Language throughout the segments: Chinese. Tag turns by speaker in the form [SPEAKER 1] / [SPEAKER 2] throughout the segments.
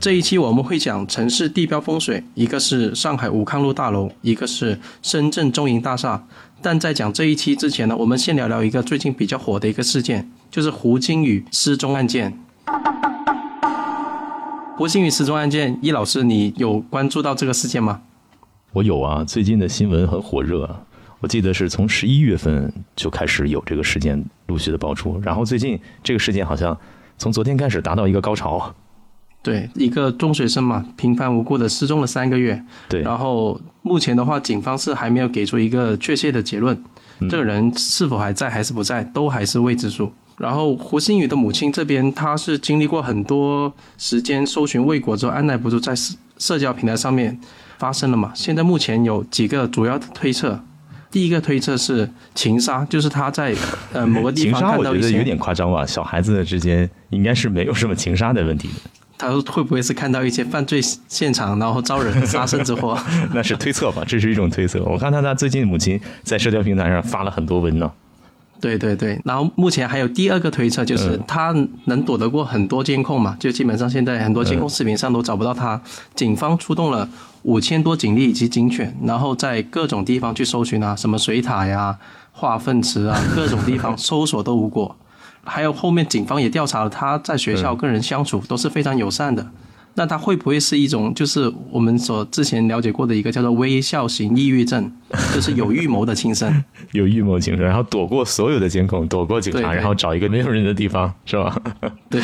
[SPEAKER 1] 这一期我们会讲城市地标风水，一个是上海武康路大楼，一个是深圳中银大厦。但在讲这一期之前呢，我们先聊聊一个最近比较火的一个事件，就是胡金宇失踪案件。胡金宇失踪案件，易老师，你有关注到这个事件吗？
[SPEAKER 2] 我有啊，最近的新闻很火热啊，我记得是从十一月份就开始有这个事件陆续的爆出，然后最近这个事件好像从昨天开始达到一个高潮。
[SPEAKER 1] 对，一个中学生嘛，平凡无故的失踪了三个月。
[SPEAKER 2] 对，
[SPEAKER 1] 然后目前的话，警方是还没有给出一个确切的结论，
[SPEAKER 2] 嗯
[SPEAKER 1] 这个人是否还在还是不在，都还是未知数。然后胡鑫宇的母亲这边，她是经历过很多时间搜寻未果之后，按耐不住在社社交平台上面发声了嘛。现在目前有几个主要的推测，第一个推测是情杀，就是他在呃某个地
[SPEAKER 2] 情
[SPEAKER 1] 方
[SPEAKER 2] 杀
[SPEAKER 1] 看
[SPEAKER 2] 我
[SPEAKER 1] 到
[SPEAKER 2] 觉
[SPEAKER 1] 一
[SPEAKER 2] 得
[SPEAKER 1] 些
[SPEAKER 2] 有点夸张吧，啊小孩子之间应该是没有什么情杀的问题的，
[SPEAKER 1] 他说会不会是看到一些犯罪现场，然后招惹杀身之祸？
[SPEAKER 2] 那是推测吧，这是一种推测。我看他他最近母亲在社交平台上发了很多文呢，
[SPEAKER 1] 对对对，然后目前还有第二个推测，就是他能躲得过很多监控嘛？就基本上现在很多监控视频上都找不到他。警方出动了五千多警力以及警犬，然后在各种地方去搜寻啊，什么水塔呀、化粪池啊，各种地方搜索都无果。还有后面警方也调查了他在学校跟人相处都是非常友善的。那他会不会是一种就是我们所之前了解过的一个叫做微笑型抑郁症，就是有预谋的轻生？
[SPEAKER 2] 有预谋情杀，然后躲过所有的监控，躲过警
[SPEAKER 1] 对
[SPEAKER 2] 察，
[SPEAKER 1] 对
[SPEAKER 2] 然后找一个没有人的地方，是吧？
[SPEAKER 1] 对。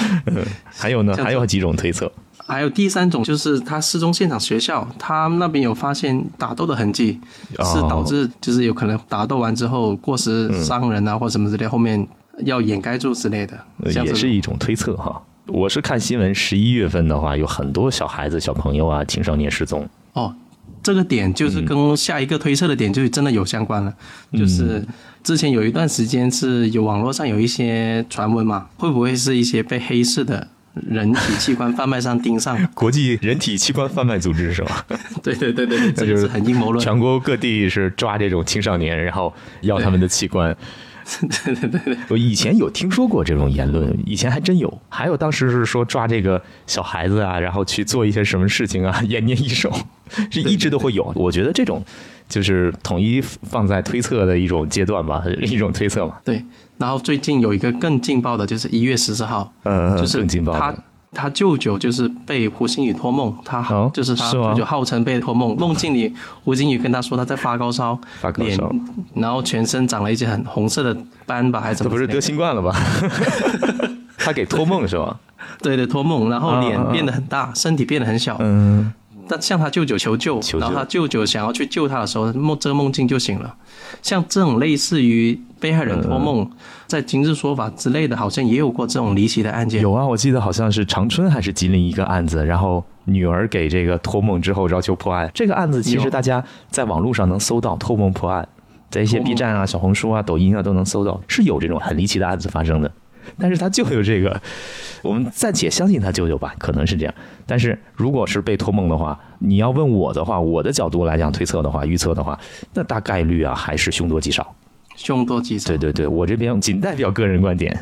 [SPEAKER 2] 还有呢，
[SPEAKER 1] 像
[SPEAKER 2] 还有几种推测，
[SPEAKER 1] 还有第三种就是他失踪现场学校，他那边有发现打斗的痕迹，
[SPEAKER 2] 哦
[SPEAKER 1] 是导致就是有可能打斗完之后过失伤人啊、或什么之类，后面要掩盖住之类的，
[SPEAKER 2] 呃
[SPEAKER 1] 这样
[SPEAKER 2] 也
[SPEAKER 1] 子
[SPEAKER 2] 是一种推测哈。我是看新闻，十一月份的话，有很多小孩子、小朋友啊、青少年失踪。
[SPEAKER 1] 哦。这个点就是跟下一个推测的点就是真的有相关了，就是
[SPEAKER 2] 嗯
[SPEAKER 1] 之前有一段时间是有网络上有一些传闻嘛，会不会是一些被黑市的人体器官贩卖商盯上？
[SPEAKER 2] 国际人体器官贩卖组织是吧？
[SPEAKER 1] 对对对对对，这个是很阴谋 论。
[SPEAKER 2] 全国各地是抓这种青少年，然后要他们的器官。
[SPEAKER 1] 对对对对，
[SPEAKER 2] 我以前有听说过这种言论，以前还真有。还有当时是说抓这个小孩子啊，然后去做一些什么事情啊， 延年益寿，是一直都会有。我觉得这种就是统一放在推测的一种阶段吧，一种推测嘛。
[SPEAKER 1] 对，然后最近有一个更劲爆的，就是一月十四号，
[SPEAKER 2] 嗯，
[SPEAKER 1] 就是
[SPEAKER 2] 更劲爆的。
[SPEAKER 1] 他他舅舅就是被胡鑫宇托梦，他、
[SPEAKER 2] 哦
[SPEAKER 1] 就是他
[SPEAKER 2] 是吗
[SPEAKER 1] 舅舅号称被托梦，梦境里胡鑫宇跟他说他在发高烧，
[SPEAKER 2] 发高烧
[SPEAKER 1] 脸，然后全身长了一些很红色的斑吧，还是怎
[SPEAKER 2] 这
[SPEAKER 1] 么
[SPEAKER 2] 不
[SPEAKER 1] 之类
[SPEAKER 2] 是
[SPEAKER 1] 的？
[SPEAKER 2] 得新 冠了吧？他给托梦是吧？
[SPEAKER 1] 对对托梦，然后
[SPEAKER 2] 啊
[SPEAKER 1] 脸
[SPEAKER 2] 啊啊
[SPEAKER 1] 变得很大，身体变得很小，
[SPEAKER 2] 嗯，
[SPEAKER 1] 但向他舅舅求救，
[SPEAKER 2] 求救
[SPEAKER 1] 然后他舅舅想要去救他的时候，梦这个梦境就醒了。像这种类似于被害人托
[SPEAKER 2] 嗯
[SPEAKER 1] 梦，在今日说法之类的，好像也有过这种离奇的案件。
[SPEAKER 2] 有啊，我记得好像是长春还是吉林一个案子，然后女儿给这个托梦之后要求破案。这个案子其
[SPEAKER 1] 有
[SPEAKER 2] 实大家在网络上能搜到托梦破案，在一些
[SPEAKER 1] 托梦
[SPEAKER 2] B 站啊、小红书啊、抖音啊都能搜到，是有这种很离奇的案子发生的。但是他舅舅这个，我们暂且相信他舅舅吧，可能是这样。但是如果是被托梦的话，你要问我的话，我的角度来讲推测的话、预测的话，那大概率啊还是凶多吉少。
[SPEAKER 1] 凶多吉少。
[SPEAKER 2] 对对对，我这边仅代表个人观点。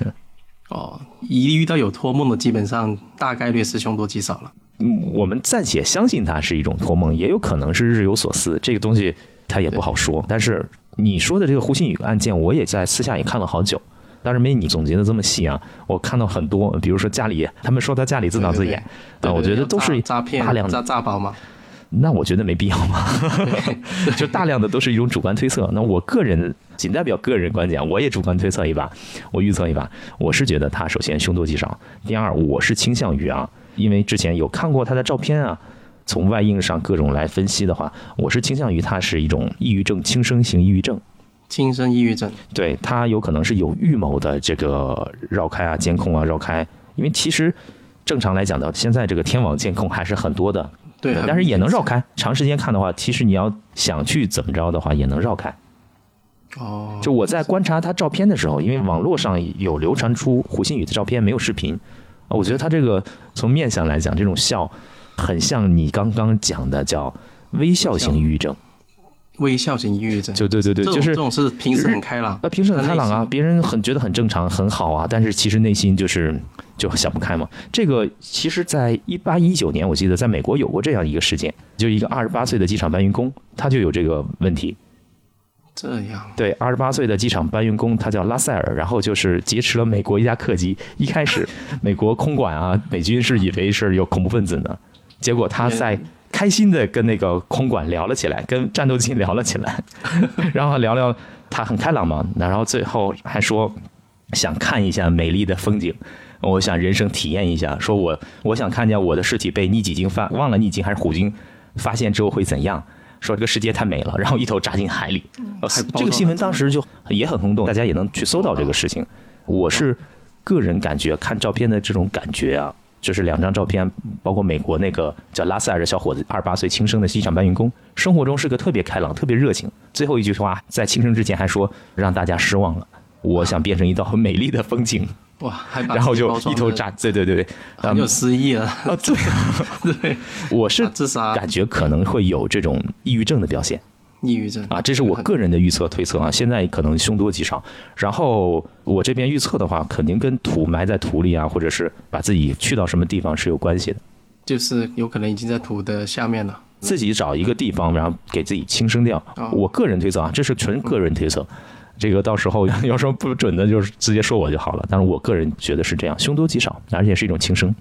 [SPEAKER 1] 哦，一遇到有托梦的，基本上大概率是凶多吉少了。
[SPEAKER 2] 嗯，我们暂且相信它是一种托梦，也有可能是日有所思，这个东西它也不好说。但是你说的这个胡鑫宇案件，我也在私下也看了好久，当然没你总结的这么细啊。我看到很多，比如说家里，他们说他家里自导自演，
[SPEAKER 1] 对
[SPEAKER 2] 啊，我
[SPEAKER 1] 对
[SPEAKER 2] 觉
[SPEAKER 1] 对
[SPEAKER 2] 得都是
[SPEAKER 1] 诈诈骗、
[SPEAKER 2] 大量的
[SPEAKER 1] 诈诈保嘛。
[SPEAKER 2] 那我觉得没必要嘛， 就大量的都是一种主观推测。那我个人仅代表个人观点，我也主观推测一把，我预测一把。我是觉得他首先凶多吉少，第二，我是倾向于啊，因为之前有看过他的照片啊，从外应上各种来分析的话，我是倾向于他是一种抑郁症轻生型抑郁症。
[SPEAKER 1] 轻生抑郁症，
[SPEAKER 2] 对他有可能是有预谋的这个绕开啊、监控啊、绕开，因为其实正常来讲的，现在这个天网监控还是很多的，
[SPEAKER 1] 对，很
[SPEAKER 2] 但是也能绕开。长时间看的话，其实你要想去怎么着的话，也能绕开。
[SPEAKER 1] 哦，
[SPEAKER 2] 就我在观察他照片的时候，因为网络上有流传出胡鑫宇的照片，没有视频啊，我觉得他这个从面相来讲，这种笑很像你刚刚讲的叫微笑型抑郁症。
[SPEAKER 1] 微笑型抑郁症，
[SPEAKER 2] 就对对对，
[SPEAKER 1] 这种
[SPEAKER 2] 就是
[SPEAKER 1] 这种是平时很开 朗，
[SPEAKER 2] 那平时很
[SPEAKER 1] 他
[SPEAKER 2] 开
[SPEAKER 1] 内
[SPEAKER 2] 朗啊，
[SPEAKER 1] 心
[SPEAKER 2] 别人很觉得很正常，很好啊，但是其实内心就是就想不开嘛。这个其实，在一八一九年，我记得在美国有过这样一个事件，就一个二十八岁的机场搬运工，他就有这个问题。
[SPEAKER 1] 这样，
[SPEAKER 2] 对，二十八岁的机场搬运工，他叫拉塞尔，然后就是劫持了美国一架客机。一开始，美国空管啊，美军是以为是有恐怖分子呢，结果他在开心的跟那个空管聊了起来，跟战斗机聊了起来，然后聊聊他很开朗嘛，然后最后还说想看一下美丽的风景。我想人生体验一下，说我我想看见我的尸体被逆几经发忘了逆经还是虎鲸发现之后会怎样？说这个世界太美了，然后一头扎进海里。呃
[SPEAKER 1] 还包
[SPEAKER 2] 这
[SPEAKER 1] 装
[SPEAKER 2] 个新
[SPEAKER 1] 了
[SPEAKER 2] 闻当时就嗯也很轰动，大家也能去搜到这个事情。我是个人感觉，看照片的这种感觉啊，就是两张照片，包括美国那个叫拉塞尔的小伙子，二十八岁轻生的机场搬运工，生活中是个特别开朗、特别热情。最后一句话在轻生之前还说让大家失望了，我想变成一道很美丽的风景，
[SPEAKER 1] 哇，还把
[SPEAKER 2] 然后
[SPEAKER 1] 自己
[SPEAKER 2] 就
[SPEAKER 1] 包装
[SPEAKER 2] 一头
[SPEAKER 1] 得
[SPEAKER 2] 扎，对 对对对，
[SPEAKER 1] 很有诗意了，
[SPEAKER 2] 啊对，
[SPEAKER 1] 对，
[SPEAKER 2] 我是
[SPEAKER 1] 啊自杀
[SPEAKER 2] 感觉可能会有这种抑郁症的表现。
[SPEAKER 1] 抑郁症
[SPEAKER 2] 啊，这是我个人的预测推测啊，现在可能凶多吉少。然后我这边预测的话，肯定跟土埋在土里啊，或者是把自己去到什么地方是有关系的。
[SPEAKER 1] 就是有可能已经在土的下面了，
[SPEAKER 2] 自己找一个地方，然后给自己轻生掉。
[SPEAKER 1] 哦
[SPEAKER 2] 我个人推测啊，这是纯个人推测。这个到时候有什么不准的，就是直接说我就好了。但是我个人觉得是这样，凶多吉少，而且是一种轻生。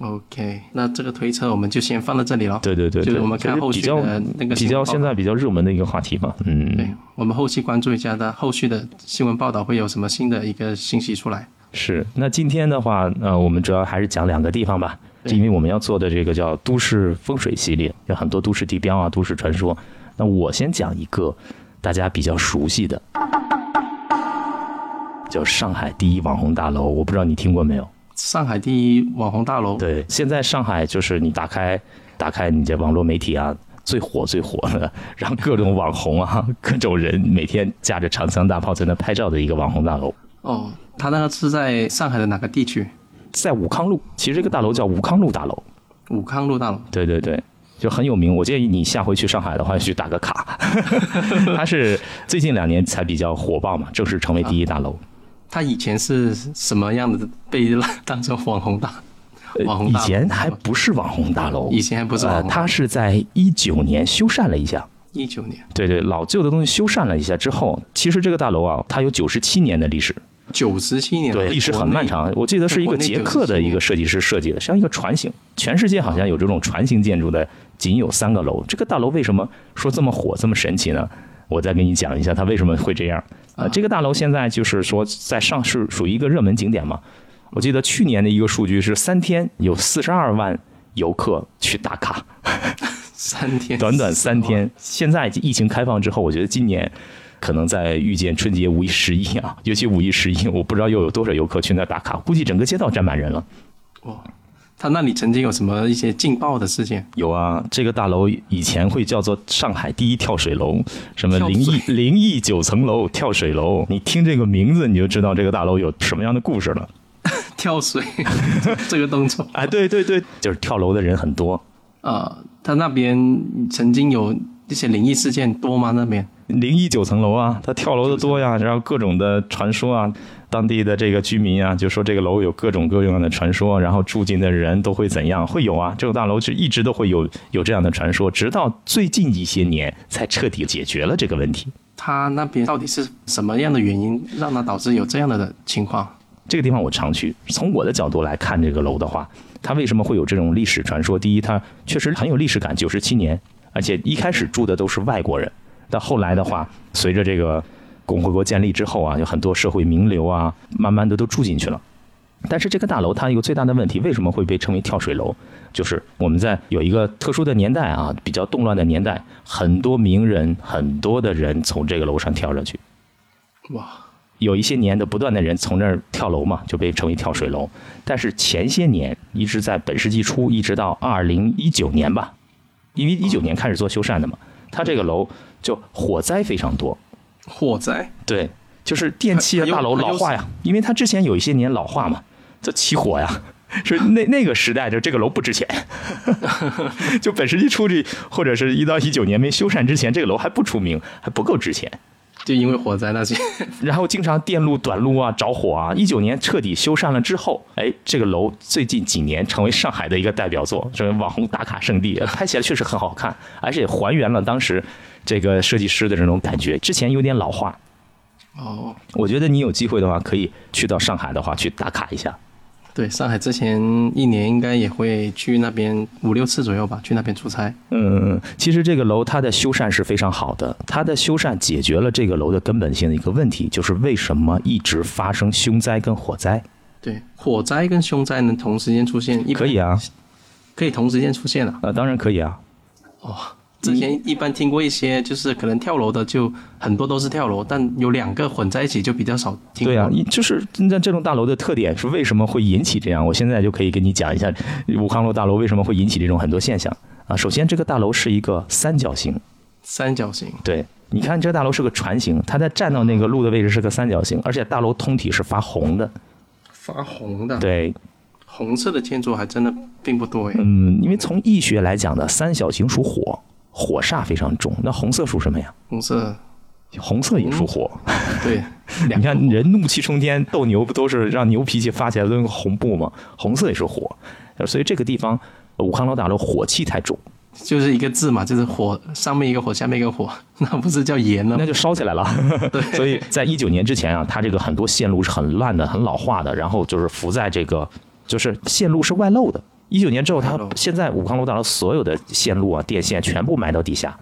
[SPEAKER 1] OK，那这个推测我们就先放到这里了。
[SPEAKER 2] 对对对，
[SPEAKER 1] 就是
[SPEAKER 2] 对
[SPEAKER 1] 我们
[SPEAKER 2] 这
[SPEAKER 1] 看
[SPEAKER 2] 是
[SPEAKER 1] 后
[SPEAKER 2] 比
[SPEAKER 1] 续
[SPEAKER 2] 较
[SPEAKER 1] 的那个
[SPEAKER 2] 比
[SPEAKER 1] 新
[SPEAKER 2] 较
[SPEAKER 1] 闻报
[SPEAKER 2] 现
[SPEAKER 1] 道
[SPEAKER 2] 在比较热门的一个话题嘛。嗯，
[SPEAKER 1] 对，我们后期关注一下的后续的新闻报道会有什么新的一个信息出来。
[SPEAKER 2] 是，那今天的话，呃，我们主要还是讲两个地方吧，
[SPEAKER 1] 对
[SPEAKER 2] 因为我们要做的这个叫都市风水系列，有很多都市地标啊、都市传说。那我先讲一个大家比较熟悉的，叫上海第一网红大楼，我不知道你听过没有？
[SPEAKER 1] 上海第一网红大楼，
[SPEAKER 2] 对，现在上海就是你打开打开你这网络媒体啊，最火最火的，让各种网红啊、各种人每天架着长枪大炮在那拍照的一个网红大楼。
[SPEAKER 1] 哦，它那个是在上海的哪个地区？
[SPEAKER 2] 在武康路，其实这个大楼叫武康路大楼，
[SPEAKER 1] 武康路大楼。
[SPEAKER 2] 对对对，就很有名。我建议你下回去上海的话，去打个卡。 它是最近两年才比较火爆嘛，正式成为第一大楼。呃
[SPEAKER 1] 它以前是什么样的？被当成网红大，
[SPEAKER 2] 呃
[SPEAKER 1] 网红
[SPEAKER 2] 以
[SPEAKER 1] 大楼
[SPEAKER 2] 前还不是网红大楼，
[SPEAKER 1] 以前还不是网
[SPEAKER 2] 呃，
[SPEAKER 1] 红大楼。
[SPEAKER 2] 它是在一九年修缮了一下。
[SPEAKER 1] 一九年，
[SPEAKER 2] 对对，老旧的东西修缮了一下之后，其实这个大楼啊，它有九十七年的历史，
[SPEAKER 1] 九十七年，
[SPEAKER 2] 对，历史很漫。长。我记得是一个捷克的一个设计师设计的，像一个船型。全世界好像有这种船型建筑的仅有三个楼。这个大楼为什么说这么火、这么神奇呢？我再给你讲一下它为什么会这样。呃，这个大楼现在就是说在上市属于一个热门景点嘛。我记得去年的一个数据是三天有四十二万游客去打卡，
[SPEAKER 1] 三天，
[SPEAKER 2] 短短三天。现在疫情开放之后，我觉得今年可能在遇见春节、五一、十一啊， 尤其五一、十一，我不知道又有多少游客去那打卡，估计整个街道站满人了。
[SPEAKER 1] 它那里曾经有什么一些劲爆的事件？
[SPEAKER 2] 有啊，这个大楼以前会叫做上海第一跳水楼，什么
[SPEAKER 1] 跳
[SPEAKER 2] 灵异 灵异九层楼、跳水楼，你听这个名字你就知道这个大楼有什么样的故事了。
[SPEAKER 1] 跳水 这这个动作，
[SPEAKER 2] 哎，对对对，就是跳楼的人很多，
[SPEAKER 1] 呃，他那边曾经有一些灵异事件多吗？那边
[SPEAKER 2] 灵异九层楼啊，它跳楼的多呀，然后各种的传说啊，当地的这个居民啊，就说这个楼有各种各样的传说，然后住进的人都会怎样，会有啊，这个大楼是一直都会有有这样的传说，直到最近一些年才彻底解决了这个问题。
[SPEAKER 1] 他那边到底是什么样的原因让他导致有这样的情况？
[SPEAKER 2] 这个地方我常去。从我的角度来看，这个楼的话，它为什么会有这种历史传说？第一，它确实很有历史感，九十七年，而且一开始住的都是外国人，但后来的话，随着这个共和国建立之后啊，有很多社会名流啊，慢慢的都住进去了。但是这个大楼它有最大的问题，为什么会被称为跳水楼？就是我们在有一个特殊的年代啊，比较动乱的年代，很多名人、很多的人从这个楼上跳上去。
[SPEAKER 1] 哇，
[SPEAKER 2] 有一些年的不断的人从那儿跳楼嘛，就被称为跳水楼。但是前些年一直在本世纪初，一直到二零一九年吧，因为一九年开始做修缮的嘛，它这个楼就火灾非常多。
[SPEAKER 1] 火灾
[SPEAKER 2] 对，就是电器啊，
[SPEAKER 1] 它它又
[SPEAKER 2] 大楼
[SPEAKER 1] 它
[SPEAKER 2] 老
[SPEAKER 1] 又
[SPEAKER 2] 化呀，因为它之前有一些年老化嘛，这起火呀， 说那那个时代就这个楼不值钱， 就本世纪初这或者是一到一九年没修缮之前，这个楼还不出名，还不够值钱。
[SPEAKER 1] 就因为火灾那些，
[SPEAKER 2] 然后经常电路短路啊、着火啊。一九年彻底修缮了之后，哎，这个楼最近几年成为上海的一个代表作，成为网红打卡圣地，拍起来确实很好看，而且还原了当时这个设计师的这种感觉。之前有点老化，
[SPEAKER 1] 哦，
[SPEAKER 2] 我觉得你有机会的话，可以去到上海的话去打卡一下。
[SPEAKER 1] 对，上海之前一年应该也会去那边五六次左右吧，去那边出差。
[SPEAKER 2] 嗯，其实这个楼它的修缮是非常好的，它的修缮解决了这个楼的根本性的一个问题，就是为什么一直发生凶灾跟火灾？
[SPEAKER 1] 对，火灾跟凶灾能同时间出现，一般
[SPEAKER 2] 可以啊，
[SPEAKER 1] 可以同时间出现啊。
[SPEAKER 2] 呃，当然可以啊。
[SPEAKER 1] 之前一般听过一些，就是可能跳楼的就很多都是跳楼，但有两个混在一起就比较少听。
[SPEAKER 2] 对啊，，你就是那这栋大楼的特点是为什么会引起这样？我现在就可以给你讲一下武康路大楼为什么会引起这种很多现象啊。首先，这个大楼是一个三角形，
[SPEAKER 1] 三角形，
[SPEAKER 2] 对，你看这个大楼是个船形，它在站到那个路的位置是个三角形，而且大楼通体是发红的。
[SPEAKER 1] 发红的，
[SPEAKER 2] 对，
[SPEAKER 1] 红色的建筑还真的并不多诶。
[SPEAKER 2] 嗯，因为从易学来讲呢，三角形属火，火煞非常重。那红色属什么呀？
[SPEAKER 1] 红色，
[SPEAKER 2] 红色也属火。
[SPEAKER 1] 对，两
[SPEAKER 2] 你
[SPEAKER 1] 个
[SPEAKER 2] 看人怒气冲天，斗牛不都是让牛脾气发起来都用红布吗？红色也是火，呃所以这个地方呃武康老大楼火气太重，
[SPEAKER 1] 就是一个字嘛，就是火，上面一个火，下面一个火，那不是叫炎了吗
[SPEAKER 2] 那？就烧起来了。所以在一九年之前啊，它这个很多线路是很烂的、很老化的，然后就是浮在这个，就是线路是外露的。一九年之后，它
[SPEAKER 1] 外露
[SPEAKER 2] 现在武康楼大楼所有的线路啊、电线全部埋到地下。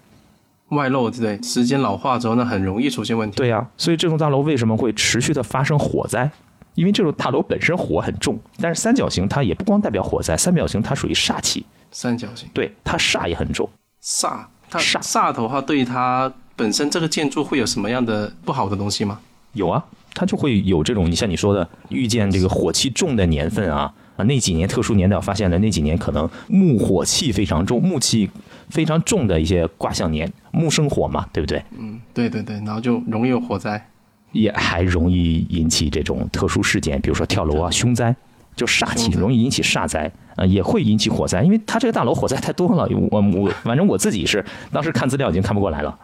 [SPEAKER 1] 外露，对不对？时间老化之后，那很容易出现问题。
[SPEAKER 2] 对呀、所以这栋大楼为什么会持续的发生火灾？因为这种大楼本身火很重，但是三角形它也不光代表火灾，三角形它属于煞气，
[SPEAKER 1] 三角形
[SPEAKER 2] 对它煞也很重。
[SPEAKER 1] 煞，它
[SPEAKER 2] 煞
[SPEAKER 1] 煞的话，对它本身这个建筑会有什么样的不好的东西吗？
[SPEAKER 2] 有啊，它就会有这种你像你说的，遇见这个火气重的年份啊啊，那几年特殊年代，我发现了那几年可能木火气非常重，木气非常重的一些卦象年，木生火嘛，对不对？
[SPEAKER 1] 嗯，对对对，然后就容易有火灾。
[SPEAKER 2] 也还容易引起这种特殊事件，比如说跳楼啊、凶灾，就煞气
[SPEAKER 1] 凶灾
[SPEAKER 2] 容易引起煞灾，呃，也会引起火灾，因为它这个大楼火灾太多了。我我反正我自己是当时看资料已经看不过来了，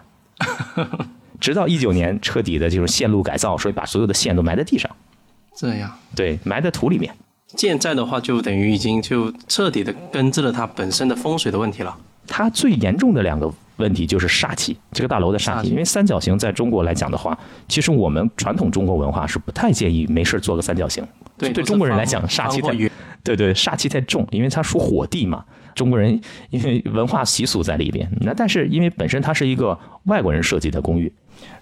[SPEAKER 2] 直到一九年彻底的这种线路改造，所以把所有的线都埋在地上，
[SPEAKER 1] 这样，
[SPEAKER 2] 对，埋在土里面。
[SPEAKER 1] 现在的话就等于已经就彻底的根治了它本身的风水的问题了。
[SPEAKER 2] 它最严重的两个问题就是煞气，这个大楼的煞
[SPEAKER 1] 煞
[SPEAKER 2] 气，
[SPEAKER 1] 气
[SPEAKER 2] 因为三角形在中国来讲的话，其实我们传统中国文化是不太建议没事儿做个三角形。
[SPEAKER 1] 对，都
[SPEAKER 2] 对
[SPEAKER 1] 是
[SPEAKER 2] 中国人来
[SPEAKER 1] 方
[SPEAKER 2] 讲煞气
[SPEAKER 1] 方或
[SPEAKER 2] 太
[SPEAKER 1] 圆
[SPEAKER 2] 对对，煞气太重，因为它属火地嘛。中国人 因为文化习俗在里边，那但是因为本身它是一个外国人设计的公寓，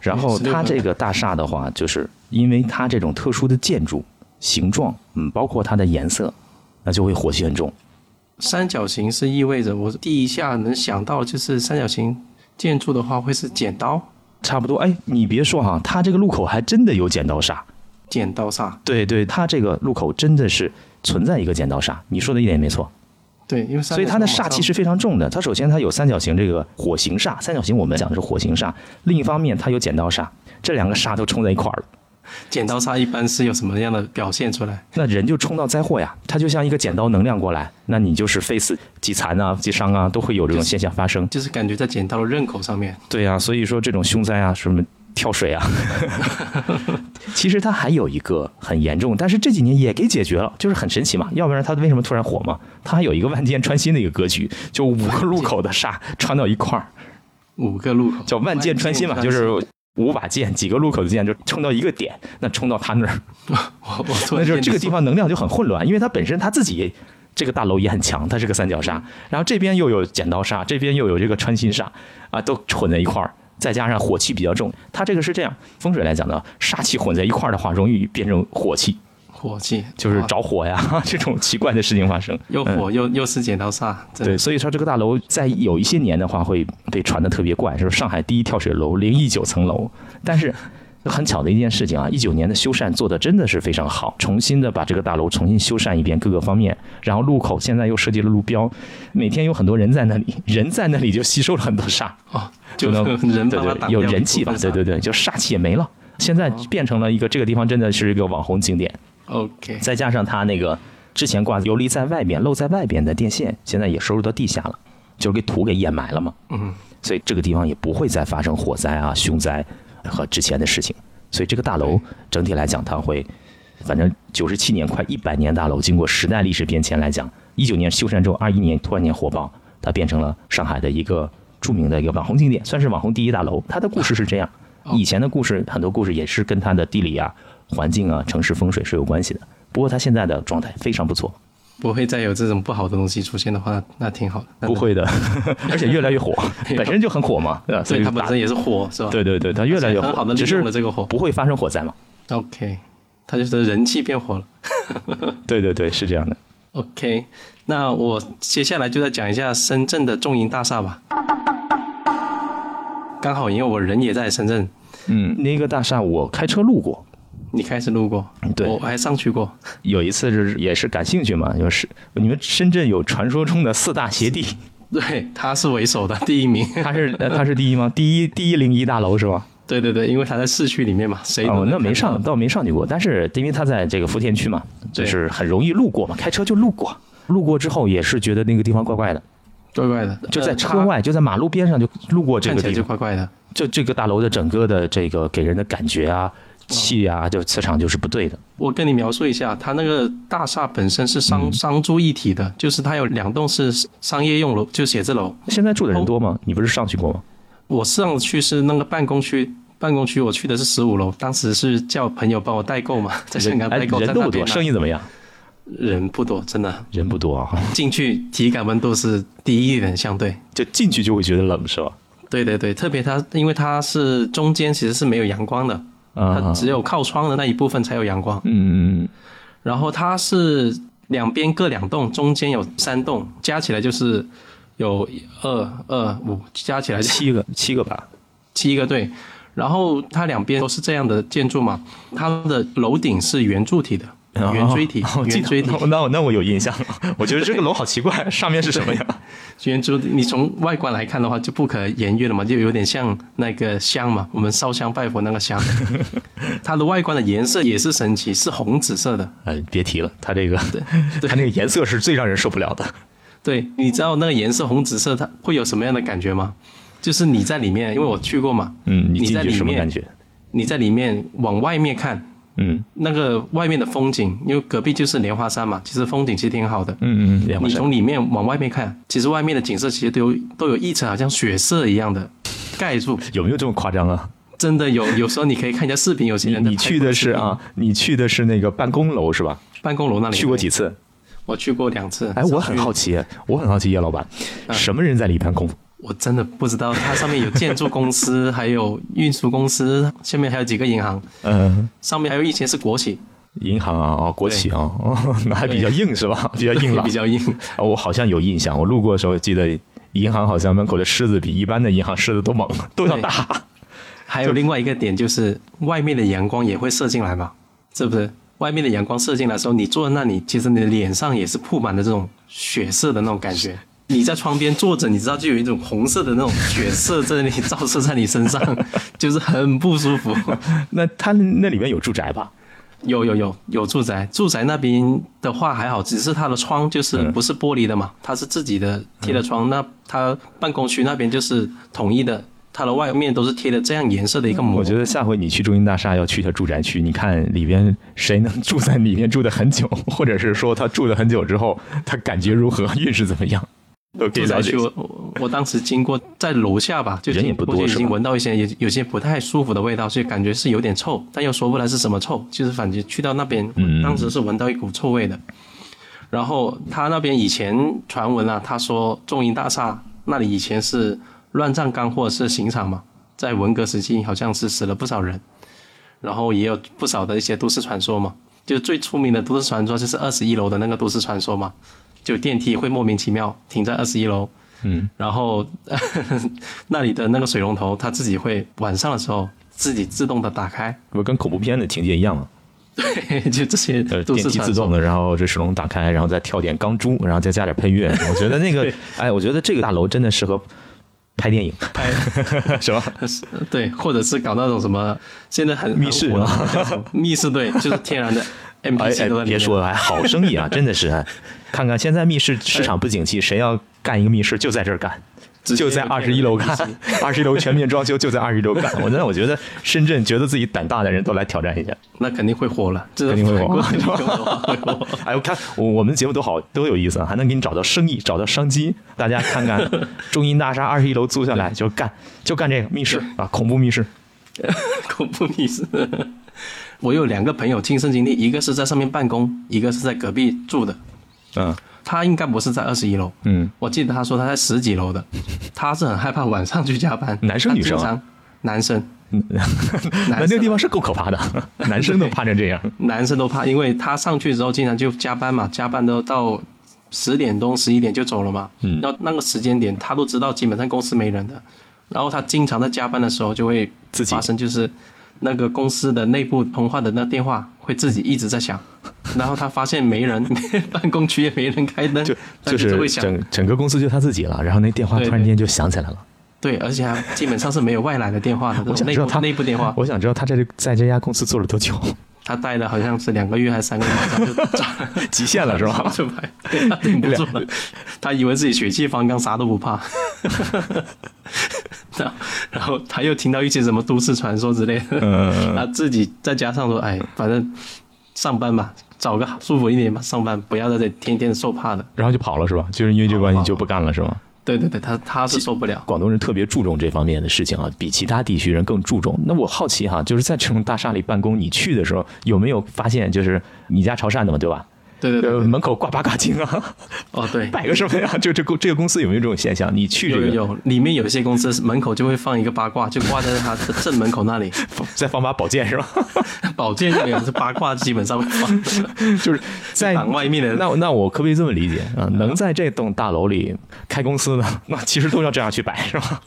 [SPEAKER 2] 然后
[SPEAKER 1] 16层
[SPEAKER 2] 它这个大厦的话，就是因为它这种特殊的建筑形状，嗯，包括它的颜色，那就会火气很重。
[SPEAKER 1] 三角形是意味着我第一下能想到就是三角形建筑的话会是剪刀，
[SPEAKER 2] 差不多，哎，你别说哈，它这个路口还真的有剪刀煞。
[SPEAKER 1] 剪刀煞。
[SPEAKER 2] 对对，它这个路口真的是存在一个剪刀煞，你说的一点也没错。
[SPEAKER 1] 对，因为三
[SPEAKER 2] 所以它的
[SPEAKER 1] 角形
[SPEAKER 2] 煞
[SPEAKER 1] 往上
[SPEAKER 2] 气是非常重的。它首先它有三角形这个火形煞，三角形我们讲的是火形煞，另一方面它有剪刀煞，这两个煞都冲在一块儿了，
[SPEAKER 1] 剪刀煞一般是有什么样的表现出来？
[SPEAKER 2] 那人就冲到灾祸呀。它就像一个剪刀能量过来，那你就是非死即残啊、即伤啊，都会有这种现象发生。
[SPEAKER 1] 就是感觉在剪刀的刃口上面，
[SPEAKER 2] 对呀、所以说这种凶灾啊，什么跳水啊， 其实它还有一个很严重，但是这几年也给解决了，就是很神奇嘛。要不然它为什么突然火嘛？它还有一个万箭穿心的一个格局，就五个路口的煞穿到一块儿，
[SPEAKER 1] 五个路口
[SPEAKER 2] 叫万箭穿心嘛，
[SPEAKER 1] 万
[SPEAKER 2] 就
[SPEAKER 1] 箭
[SPEAKER 2] 是。五把剑，几个路口的剑就冲到一个点，那冲到他那儿，
[SPEAKER 1] 我我突
[SPEAKER 2] 那
[SPEAKER 1] 然
[SPEAKER 2] 就是
[SPEAKER 1] 间
[SPEAKER 2] 这个
[SPEAKER 1] 就
[SPEAKER 2] 地方能量就很混乱，因为它本身它自己这个大楼也很强，它是个三角煞，然后这边又有剪刀煞，这边又有这个穿心煞，啊，都混在一块儿，再加上火气比较重，它这个是这样，风水来讲呢，煞气混在一块儿的话，容易变成火气，
[SPEAKER 1] 火气
[SPEAKER 2] 就是
[SPEAKER 1] 哇
[SPEAKER 2] 着火呀 这种奇怪的事情发生。
[SPEAKER 1] 又
[SPEAKER 2] 嗯
[SPEAKER 1] 火又又是剪刀煞，真
[SPEAKER 2] 对，
[SPEAKER 1] 的
[SPEAKER 2] 所以说这个大楼在有一些年的话会被传的特别怪，就是上海第一跳水楼零一九层楼。但是很巧的一件事情啊，一九年的修缮做的真的是非常好，重新的把这个大楼重新修缮一遍各个方面，然后路口现在又设计了路标，每天有很多人在那里，人在那里就吸收了很多煞，
[SPEAKER 1] 哦，就
[SPEAKER 2] 能
[SPEAKER 1] 是人
[SPEAKER 2] 对
[SPEAKER 1] 帮他
[SPEAKER 2] 对
[SPEAKER 1] 挡
[SPEAKER 2] 有
[SPEAKER 1] 掉
[SPEAKER 2] 人
[SPEAKER 1] 一
[SPEAKER 2] 气
[SPEAKER 1] 部
[SPEAKER 2] 吧，
[SPEAKER 1] 分
[SPEAKER 2] 对
[SPEAKER 1] 煞
[SPEAKER 2] 对对，就煞气也没了。现在变成了一个这个地方真的是一个网红景点，
[SPEAKER 1] ，OK，
[SPEAKER 2] 再加上它那个之前挂游离在外边、露在外边的电线，现在也收入到地下了，就是给土给掩埋了嘛。
[SPEAKER 1] 嗯，
[SPEAKER 2] 所以这个地方也不会再发生火灾啊、凶灾和之前的事情。所以这个大楼整体来讲，它会，反正九十七年快一百年大楼，经过时代历史变迁来讲，一九年修缮之后，二一年突然间火爆，它变成了上海的一个著名的一个网红景点，算是网红第一大楼。它的故事是这样，以前的故事很多故事也是跟它的地理啊、环境啊、城市风水是有关系的。不过它现在的状态非常不错，
[SPEAKER 1] 不会再有这种不好的东西出现的话，那挺好的。那
[SPEAKER 2] 不，会的， 而且越来越 火，本身就很火嘛，对吧？所
[SPEAKER 1] 对
[SPEAKER 2] 以
[SPEAKER 1] 它本
[SPEAKER 2] 大
[SPEAKER 1] 身也是火，是吧？
[SPEAKER 2] 对对对，它越来越
[SPEAKER 1] 很好
[SPEAKER 2] 火，
[SPEAKER 1] 的利
[SPEAKER 2] 只是
[SPEAKER 1] 用了这个火。
[SPEAKER 2] 不会发生火灾嘛。
[SPEAKER 1] OK，它就是人气变火了。
[SPEAKER 2] 对对对，是这样的。
[SPEAKER 1] OK，那我接下来就再讲一下深圳的众银大厦吧。刚好因为我人也在深圳，
[SPEAKER 2] 嗯，那个大厦我开车路过，
[SPEAKER 1] 你开始路过，
[SPEAKER 2] 对
[SPEAKER 1] 我还上去过。
[SPEAKER 2] 有一次是也是感兴趣嘛，就是你们深圳有传说中的四大邪 地，
[SPEAKER 1] 对，他是为首的第一名。
[SPEAKER 2] 它是呃它是第一吗？第一第一零一大楼是吗？
[SPEAKER 1] 对对对，因为他在市区里面嘛，谁都
[SPEAKER 2] 哦，
[SPEAKER 1] 能
[SPEAKER 2] 那没
[SPEAKER 1] 看
[SPEAKER 2] 上，倒没上去过，但是因为它在这个福田区嘛，就
[SPEAKER 1] 对
[SPEAKER 2] 是很容易路过嘛，开车就路过。路过之后也是觉得那个地方怪怪的，
[SPEAKER 1] 怪怪的，
[SPEAKER 2] 就
[SPEAKER 1] 呃
[SPEAKER 2] 在车，外，就在马路边上就路过
[SPEAKER 1] 他
[SPEAKER 2] 这
[SPEAKER 1] 看
[SPEAKER 2] 个
[SPEAKER 1] 起来
[SPEAKER 2] 地
[SPEAKER 1] 就
[SPEAKER 2] 方，
[SPEAKER 1] 怪怪的。
[SPEAKER 2] 就这个大楼的整个的这个给人的感觉
[SPEAKER 1] 哦
[SPEAKER 2] 啊、气啊，就磁场就是不对的。
[SPEAKER 1] 我跟你描述一下，它那个大厦本身是
[SPEAKER 2] 嗯
[SPEAKER 1] 商、商住一体的，就是它有两栋是商业用楼，就写字楼。
[SPEAKER 2] 现在
[SPEAKER 1] 哦
[SPEAKER 2] 住的人多吗？你不是上去过吗？
[SPEAKER 1] 我上去是那个办公区，办公区我去的是十五楼，当时是叫朋友帮我代 购嘛，在香港
[SPEAKER 2] 哎，
[SPEAKER 1] 代购，
[SPEAKER 2] 人
[SPEAKER 1] 在
[SPEAKER 2] 都
[SPEAKER 1] 那
[SPEAKER 2] 不多，
[SPEAKER 1] 边拿啊
[SPEAKER 2] 生意怎么样？
[SPEAKER 1] 人不多，真的
[SPEAKER 2] 人不多啊，
[SPEAKER 1] 进去体感温度是低一点，相对。
[SPEAKER 2] 就进去就会觉得冷是吧？
[SPEAKER 1] 对对对，特别它，因为它是中间其实是没有阳光的，它
[SPEAKER 2] 啊，
[SPEAKER 1] 只有靠窗的那一部分才有阳光。
[SPEAKER 2] 嗯嗯
[SPEAKER 1] 然后它是两边各两栋，中间有三栋，加起来就是有二二五，加起来
[SPEAKER 2] 嗯，
[SPEAKER 1] 是
[SPEAKER 2] 七个七个吧，
[SPEAKER 1] 七个对。然后它两边都是这样的建筑嘛，它的楼顶是圆柱体的， 圆锥体
[SPEAKER 2] 哦，
[SPEAKER 1] 圆锥体，
[SPEAKER 2] 哦 那我那我有印象了，我觉得这个楼好奇怪，上面是什么呀？
[SPEAKER 1] 圆柱体。你从外观来看的话，就不可言喻了嘛，就有点像那个香嘛，我们烧香拜佛那个 香。它的外观的颜色也是神奇，是红紫色的。
[SPEAKER 2] 哎，别提了，它这个
[SPEAKER 1] 对，
[SPEAKER 2] 它那个颜色是最让人受不了的。
[SPEAKER 1] 对，你知道那个颜色红紫色它会有什么样的感觉吗？就是你在里面，因为我去过嘛，
[SPEAKER 2] 嗯，你
[SPEAKER 1] 你
[SPEAKER 2] 进
[SPEAKER 1] 在
[SPEAKER 2] 去
[SPEAKER 1] 里
[SPEAKER 2] 什么
[SPEAKER 1] 面
[SPEAKER 2] 感觉？
[SPEAKER 1] 你在里面往外面看，
[SPEAKER 2] 嗯
[SPEAKER 1] 那个外面的风景，因为隔壁就是莲花山嘛，其实风景其实挺好的。
[SPEAKER 2] 嗯嗯，两
[SPEAKER 1] 你
[SPEAKER 2] 回事。
[SPEAKER 1] 从里面往外面看，其实外面的景色其实都有都有一层好像血色一样的盖住，
[SPEAKER 2] 有没有这么夸张啊？
[SPEAKER 1] 真的有有时候你可以看一下视频，有些
[SPEAKER 2] 你
[SPEAKER 1] 人在
[SPEAKER 2] 你
[SPEAKER 1] 拍
[SPEAKER 2] 去的是啊，你去的是那个办公楼是吧？
[SPEAKER 1] 办公楼那里
[SPEAKER 2] 去过？几
[SPEAKER 1] 对
[SPEAKER 2] 次？
[SPEAKER 1] 我去过两次。
[SPEAKER 2] 哎，我很好
[SPEAKER 1] 奇，
[SPEAKER 2] 奇，我很好奇叶老板，
[SPEAKER 1] 嗯
[SPEAKER 2] 什么人在里办公？
[SPEAKER 1] 我真的不知道它上面有建筑公 司，还有运输公司，下面还有几个银行，
[SPEAKER 2] 嗯。
[SPEAKER 1] 上面还有一些是国企，
[SPEAKER 2] 银行啊，哦，国企啊，哦，那还比较硬是吧？比较硬朗
[SPEAKER 1] 比。较硬。
[SPEAKER 2] 啊我好像有印象，我路过的时候记得银行好像门口的狮子比一般的银行狮子都猛，都要大。
[SPEAKER 1] 还有另外一个点就是，外面的阳光也会射进来嘛，是不是？外面的阳光射进来的时候，你坐在那里，其实你的脸上也是铺满了这种血色的那种感觉。你在窗边坐着，你知道就有一种红色的那种血色在那里照射在你身上， 就是很不舒服。
[SPEAKER 2] 那他那里面有住宅吧？
[SPEAKER 1] 有有有有住宅，住宅那边的话还好，只是它的窗就是不是玻璃的嘛，它是自己的贴的窗。那它办公区那边就是统一的，它的外面都是贴的这样颜色的一个膜。
[SPEAKER 2] 我觉得下回你去中心大厦要去一下住宅区，你看里边谁能住在里面住的很久，或者是说他住的很久之后，他感觉如何，运势怎么样， 都可以
[SPEAKER 1] 住宅
[SPEAKER 2] 了解
[SPEAKER 1] 区，
[SPEAKER 2] 一下。
[SPEAKER 1] 我我我当时经过在楼下吧，就
[SPEAKER 2] 人也
[SPEAKER 1] 经
[SPEAKER 2] 不
[SPEAKER 1] 过
[SPEAKER 2] 多
[SPEAKER 1] 就是已经
[SPEAKER 2] 吧
[SPEAKER 1] 闻到一些有有些不太舒服的味道，所以感觉是有点臭，但又说不来是什么臭，就是反正去到那边，
[SPEAKER 2] 嗯
[SPEAKER 1] 当时是闻到一股臭味的。然后他那边以前传闻啊，他说中银大厦那里以前是乱葬岗或者是刑场嘛，在文革时期好像是死了不少人，然后也有不少的一些都市传说嘛，就最出名的都市传说就是二十一楼的那个都市传说嘛，就电梯会莫名其妙停在二十一楼，
[SPEAKER 2] 嗯，
[SPEAKER 1] 然后呃 那里的那个水龙头它自己会晚上的时候自己自动的打开，
[SPEAKER 2] 不跟恐怖片的情节一样吗？
[SPEAKER 1] 对，就这些
[SPEAKER 2] 呃，
[SPEAKER 1] 都
[SPEAKER 2] 电
[SPEAKER 1] 市
[SPEAKER 2] 梯
[SPEAKER 1] 传
[SPEAKER 2] 自
[SPEAKER 1] 说。
[SPEAKER 2] 动的，然后这水龙头打开，然后再跳点钢珠，然后再加点配乐。我觉得那个，哎，我觉得这个大楼真的适合拍电影，
[SPEAKER 1] 拍
[SPEAKER 2] 是吧？
[SPEAKER 1] 对，或者是搞那种什么，现在很
[SPEAKER 2] 密室
[SPEAKER 1] 很火的
[SPEAKER 2] 啊
[SPEAKER 1] 那种密室对，就是天然的
[SPEAKER 2] 哎
[SPEAKER 1] NPC 都在
[SPEAKER 2] 哎，
[SPEAKER 1] 里面
[SPEAKER 2] 别说了，哎，好生意 啊，真的是。哎看看现在密室市场不景气，谁要干一个密室就在这儿干，
[SPEAKER 1] 直接
[SPEAKER 2] 就在
[SPEAKER 1] 就
[SPEAKER 2] 二
[SPEAKER 1] 变
[SPEAKER 2] 十一楼
[SPEAKER 1] 成
[SPEAKER 2] 干
[SPEAKER 1] NPC，
[SPEAKER 2] 二十一楼全面装修就在二十一楼干。我真的我觉得深圳觉得自己胆大的人都来挑战一 下。
[SPEAKER 1] 那肯定会火了，这
[SPEAKER 2] 肯定会火
[SPEAKER 1] 反过来就会火
[SPEAKER 2] 哎，我看我我们节目多好，多有意思啊，还能给你找到生意，找到商机。大家看看 中银大厦二十一楼租下来就干，就干这个密室啊，恐怖密室。
[SPEAKER 1] 恐怖密室。 我有两个朋友亲身经历，一个是在上面办公，一个是在隔壁住的。
[SPEAKER 2] 嗯
[SPEAKER 1] 他应该不是在二十一楼，
[SPEAKER 2] 嗯，
[SPEAKER 1] 我记得他说他在十几 楼的，他是很害怕晚上去加班。
[SPEAKER 2] 男生
[SPEAKER 1] 他
[SPEAKER 2] 女生啊
[SPEAKER 1] 经常？男生，
[SPEAKER 2] 那嗯那个地方是够可怕的， 男生都怕成这样。
[SPEAKER 1] 男生都怕，因为他上去之后经常就加班嘛，加班都到十点钟、十一点就走了嘛。
[SPEAKER 2] 嗯
[SPEAKER 1] 然后那个时间点他都知道，基本上公司没人的。然后他经常在加班的时候就会
[SPEAKER 2] 自己
[SPEAKER 1] 发生，就是那个公司的内部通话的那电话会自己一直在 响。然后他发现没人， 办公区也没人开灯，
[SPEAKER 2] 就
[SPEAKER 1] 他
[SPEAKER 2] 就是
[SPEAKER 1] 会响。
[SPEAKER 2] 整整个公司就他自己了，然后那电话
[SPEAKER 1] 对
[SPEAKER 2] 突然间就响起来了。
[SPEAKER 1] 对，而且他基本上是没有外来的电话的，
[SPEAKER 2] 我
[SPEAKER 1] 这种
[SPEAKER 2] 想
[SPEAKER 1] 内
[SPEAKER 2] 知道
[SPEAKER 1] 部
[SPEAKER 2] 他
[SPEAKER 1] 内部电 话。
[SPEAKER 2] 我想知道他在这在这家公司做了多久，
[SPEAKER 1] 他待了好像是两个月还是三个月，马上 就炸
[SPEAKER 2] 极限了是吧？
[SPEAKER 1] 出来，对他顶不住了，他以为自己血气方刚，啥都不怕。 然后然后他又听到一些什么都市传说之类的，
[SPEAKER 2] 嗯，
[SPEAKER 1] 他自己再加上说，哎，反正上班吧，找个舒服一点吧，上班不要在这里天天受怕的。
[SPEAKER 2] 然后就跑了是吧？就是因为这个关系就不干了是吗？
[SPEAKER 1] 对对对，他他是受不了。
[SPEAKER 2] 广东人特别注重这方面的事情啊，比其他地区人更注重。那我好奇哈，就是在这种大厦里办公，你去的时候有没有发现，就是你家潮汕的嘛，对吧？
[SPEAKER 1] 对对
[SPEAKER 2] 呃，
[SPEAKER 1] 对，
[SPEAKER 2] 门口挂八嘎经啊，
[SPEAKER 1] 哦对，
[SPEAKER 2] 摆个什么呀？就这公这个公司有没有这种现象？你去这
[SPEAKER 1] 有
[SPEAKER 2] 个
[SPEAKER 1] 有，里面有一些公司门口就会放一个八卦，就挂在他的正门口那里。
[SPEAKER 2] 再放把宝剑是吧？
[SPEAKER 1] 保健这个是八卦，基本上会放的
[SPEAKER 2] 就是在
[SPEAKER 1] 挡外面的
[SPEAKER 2] 那那我可不可以这么理解啊？能在这栋大楼里开公司的， 那其实都要这样去摆是吧？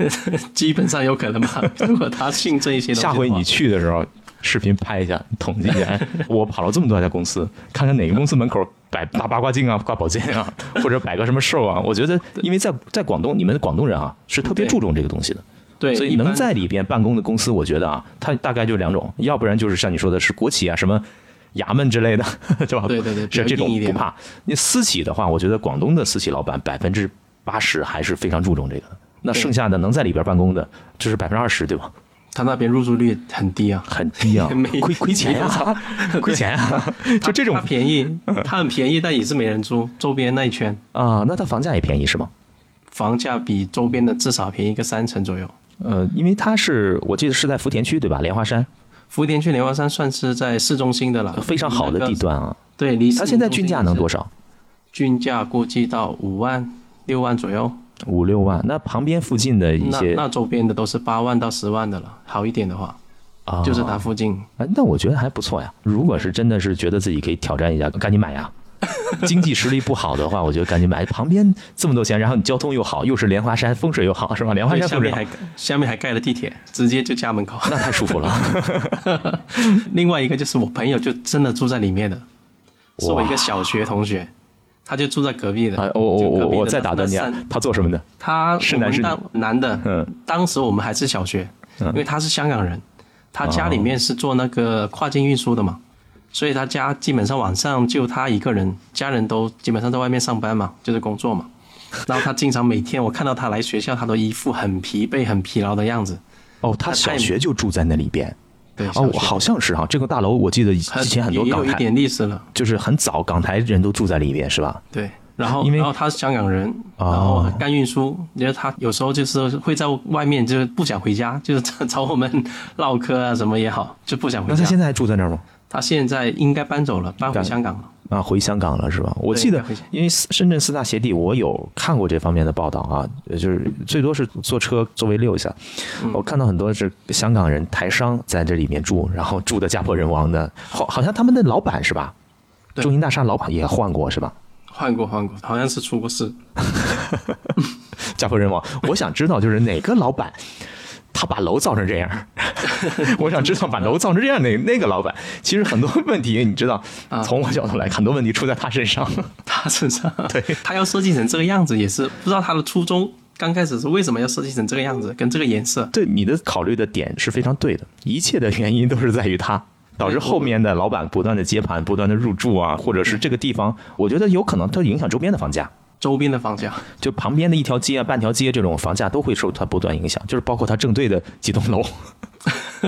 [SPEAKER 1] 基本上有可 能吧。如果他信这一些东西的
[SPEAKER 2] 下
[SPEAKER 1] 话，
[SPEAKER 2] 回你去的时候，视频拍一下，统计一下，哎我跑了这么多家公司，看看哪个公司门口摆大八卦镜啊、挂宝剑啊，或者摆个什么兽啊。我觉得，因为在在广东，你们广东人啊是特别
[SPEAKER 1] 对
[SPEAKER 2] 注重这个东西的。
[SPEAKER 1] 对，
[SPEAKER 2] 所以
[SPEAKER 1] 一般
[SPEAKER 2] 能在里边办公的公司，我觉得啊，它大概就两种，要不然就是像你说的是国企啊，什么衙门之类的， 是吧？
[SPEAKER 1] 对对对比较
[SPEAKER 2] 是这种
[SPEAKER 1] 硬一
[SPEAKER 2] 不
[SPEAKER 1] 点
[SPEAKER 2] 怕。那私企的话，我觉得广东的私企老板百分之八十还是非常注重这个的。那剩下的能在里边办公的，就是百分之二十，对吧？
[SPEAKER 1] 他那边入住率很低啊，
[SPEAKER 2] 很低啊
[SPEAKER 1] 没，
[SPEAKER 2] 亏亏钱呀、 亏钱啊，就这种
[SPEAKER 1] 他便宜，他很便宜，但也是没人租，周边那一圈
[SPEAKER 2] 啊，那它房价也便宜是吗？
[SPEAKER 1] 房价比周边的至少便宜个三成左右。
[SPEAKER 2] 呃，因为它是我记得是在福田区对吧？莲花山
[SPEAKER 1] 福田区莲花山算是在市中心的了，
[SPEAKER 2] 呃非常好的地段啊。
[SPEAKER 1] 对，离
[SPEAKER 2] 它现在均价能多
[SPEAKER 1] 少？
[SPEAKER 2] 少？
[SPEAKER 1] 均价估计到五万六万左右，
[SPEAKER 2] 五六万。那旁边附近的一
[SPEAKER 1] 那
[SPEAKER 2] 些
[SPEAKER 1] 那周边的都是八万到十万的了，好一点的话
[SPEAKER 2] 啊，
[SPEAKER 1] 就是它附近。
[SPEAKER 2] 哎，那我觉得还不错呀。如果是真的是觉得自己可以挑战一下，赶紧买呀。经济实力不好的话，我觉得赶紧买。哎旁边这么多钱，然后你交通又好，又是莲花山，风水又好，是吧？莲花
[SPEAKER 1] 对
[SPEAKER 2] 山
[SPEAKER 1] 下
[SPEAKER 2] 风水
[SPEAKER 1] 面
[SPEAKER 2] 好
[SPEAKER 1] 还下面还盖了地铁，直接就家门口。
[SPEAKER 2] 那太舒服 了。
[SPEAKER 1] 另外一个就是我朋友就真的住在里面的，是我
[SPEAKER 2] 哇
[SPEAKER 1] 一个小学同学，他就住在隔壁的。
[SPEAKER 2] 啊，我我
[SPEAKER 1] 就
[SPEAKER 2] 我
[SPEAKER 1] 隔壁的
[SPEAKER 2] 我再打断你
[SPEAKER 1] 那
[SPEAKER 2] 啊
[SPEAKER 1] 三，
[SPEAKER 2] 他做什么的？
[SPEAKER 1] 他
[SPEAKER 2] 是
[SPEAKER 1] 我
[SPEAKER 2] 男
[SPEAKER 1] 们
[SPEAKER 2] 是女
[SPEAKER 1] 当男的，
[SPEAKER 2] 嗯
[SPEAKER 1] 当时我们还是小学，因为他是香港人，他家里面是做那个
[SPEAKER 2] 哦
[SPEAKER 1] 跨境运输的嘛，所以他家基本上晚上就他一个人，家人都基本上在外面上班嘛，就是工作嘛。然后他经常每天我看到他来学校，他都一副很疲惫、很疲劳的样子。
[SPEAKER 2] 哦，他小学就住在那里边。
[SPEAKER 1] 对，小
[SPEAKER 2] 哦，
[SPEAKER 1] 学
[SPEAKER 2] 好像是哈、这个大楼我记得
[SPEAKER 1] 很
[SPEAKER 2] 之前很多
[SPEAKER 1] 也
[SPEAKER 2] 港
[SPEAKER 1] 有一
[SPEAKER 2] 台，
[SPEAKER 1] 点历史了。
[SPEAKER 2] 就是很早港台人都住在里边，是吧？
[SPEAKER 1] 对，然后
[SPEAKER 2] 因为
[SPEAKER 1] 然后他是香港人，
[SPEAKER 2] 哦
[SPEAKER 1] 然后干运输，因为他有时候就是会在外面就是不想回家，就是找 找我们唠嗑啊什么也好，就不想回
[SPEAKER 2] 那他
[SPEAKER 1] 家。
[SPEAKER 2] 现在还住在那儿吗？
[SPEAKER 1] 他现在应该搬走了，搬回香港了。
[SPEAKER 2] 啊，回香港了是吧？我记得
[SPEAKER 1] 对回香，
[SPEAKER 2] 因为四深圳四大协地，我有看过这方面的报道啊，呃就是最多是坐车周围溜一下。
[SPEAKER 1] 嗯
[SPEAKER 2] 我看到很多是香港人、台商在这里面住，然后住的家破人亡的，好，好像他们的老板是吧？
[SPEAKER 1] 对
[SPEAKER 2] 中银大厦老板也换过是吧？
[SPEAKER 1] 换过换过，好像是出过事。
[SPEAKER 2] 家破人亡。我想知道就是哪个老板。他把楼造成这样， 我想知道把楼造成这样那那个老板，其实很多问题你知道，
[SPEAKER 1] 啊
[SPEAKER 2] 从我角度来看，很多问题出在他身上。
[SPEAKER 1] 他身 上，对他要设计成这个样子，也是不知道他的初衷。刚开始是为什么要设计成这个样子，跟这个颜色？
[SPEAKER 2] 对你的考虑的点是非常对的，一切的原因都是在于他。导致后面的老板不断的接盘、不断的入驻啊，或者是这个地方，我觉得有可能它影响周边的房价。
[SPEAKER 1] 周边的房价，
[SPEAKER 2] 就旁边的一条街啊、半条街这种房价都会受它波段影响，就是包括它正对的几栋楼。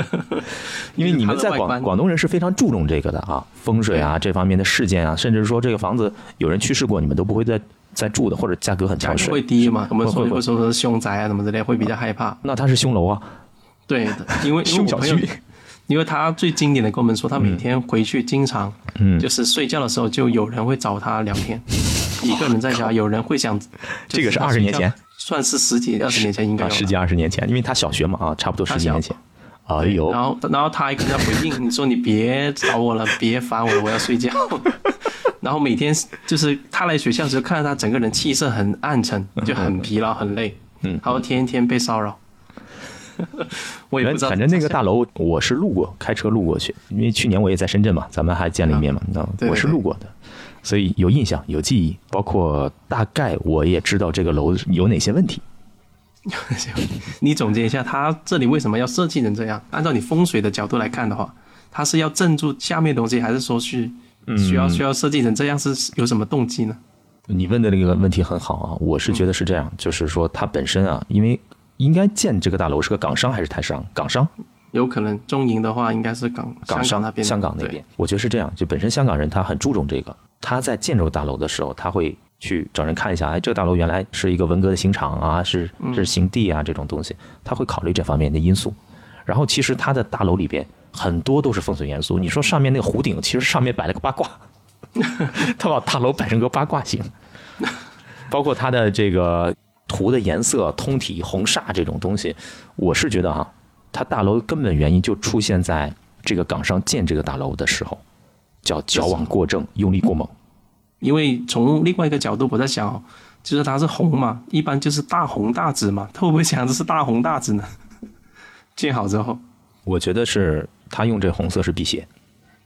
[SPEAKER 2] 因为你们在广广东人是非常注重这个的啊，风水啊这方面的事件啊，甚至说这个房子有人去世过，你们都不会再再住的，或者价格很跳水。
[SPEAKER 1] 会低嘛？我们说会说是凶宅啊什么之类，会比较害怕。
[SPEAKER 2] 那它是凶楼啊，
[SPEAKER 1] 对，因为因为
[SPEAKER 2] 凶
[SPEAKER 1] 我
[SPEAKER 2] 小
[SPEAKER 1] 朋友
[SPEAKER 2] 区，
[SPEAKER 1] 因为他最经典的跟我们说，他每天回去经常，
[SPEAKER 2] 嗯
[SPEAKER 1] 就是睡觉的时候就有人会找他聊天，一个人在家，有人会想，
[SPEAKER 2] 这个是
[SPEAKER 1] 就他
[SPEAKER 2] 20年
[SPEAKER 1] 睡觉
[SPEAKER 2] 前，
[SPEAKER 1] 算是十几二十年前应该
[SPEAKER 2] 啊，
[SPEAKER 1] 有
[SPEAKER 2] 十
[SPEAKER 1] 了。
[SPEAKER 2] 几二十年前，因为他小学嘛啊，差不多十几年前。哎呦，
[SPEAKER 1] 然后，然后他还跟他回应，你说你别找我了，别烦我了，我要睡觉。 然后每天就是他来学校的时候，看到他整个人气色很暗沉，就很疲劳、很累，嗯，然后天天被骚扰。 我也
[SPEAKER 2] 反
[SPEAKER 1] 不
[SPEAKER 2] 正
[SPEAKER 1] 知道，
[SPEAKER 2] 反正那个大楼我是路过，开车路过去，因为去年我也在深圳嘛，咱们还见了一面嘛，你知道吗？
[SPEAKER 1] 啊对对
[SPEAKER 2] 我是路过的，所以有印象、有记忆，包括大概我也知道这个楼有哪些问题。
[SPEAKER 1] 你总结一下，他这里为什么要设计成这样？按照你风水的角度来看的话，他是要镇住下面的东西，还是说是
[SPEAKER 2] 嗯
[SPEAKER 1] 需要需要设计成这样是有什么动机呢？
[SPEAKER 2] 你问的这个问题很好啊，我是觉得是这样，就是说它本身啊，因为应该建这个大楼是个港商还是台商？港商，
[SPEAKER 1] 有可能中营的话，应该是港香
[SPEAKER 2] 港商
[SPEAKER 1] 港那边的，
[SPEAKER 2] 香港那
[SPEAKER 1] 对
[SPEAKER 2] 边，我觉得是这样。就本身香港人他很注重这个，他在建这个大楼的时候，他会去找人看一下，哎，这个大楼原来是一个文革的刑场啊，是
[SPEAKER 1] 嗯
[SPEAKER 2] 这是刑地啊这种东西，他会考虑这方面的因素。然后其实他的大楼里边很多都是风水元素。你说上面那个弧顶，其实上面摆了个 八卦，他把大楼摆成个八卦形，包括它的这个图的颜色、通体、红煞这种东西，我是觉得啊，它大楼根本原因就出现在这个港商建这个大楼的时候，叫矫枉过正、用力过猛。
[SPEAKER 1] 因为从另外一个角度，我在想哦，就是它是红嘛，一般就是大红大紫嘛，他会不会想这是大红大紫呢？ 建好之后
[SPEAKER 2] 我觉得是他用这红色是辟邪，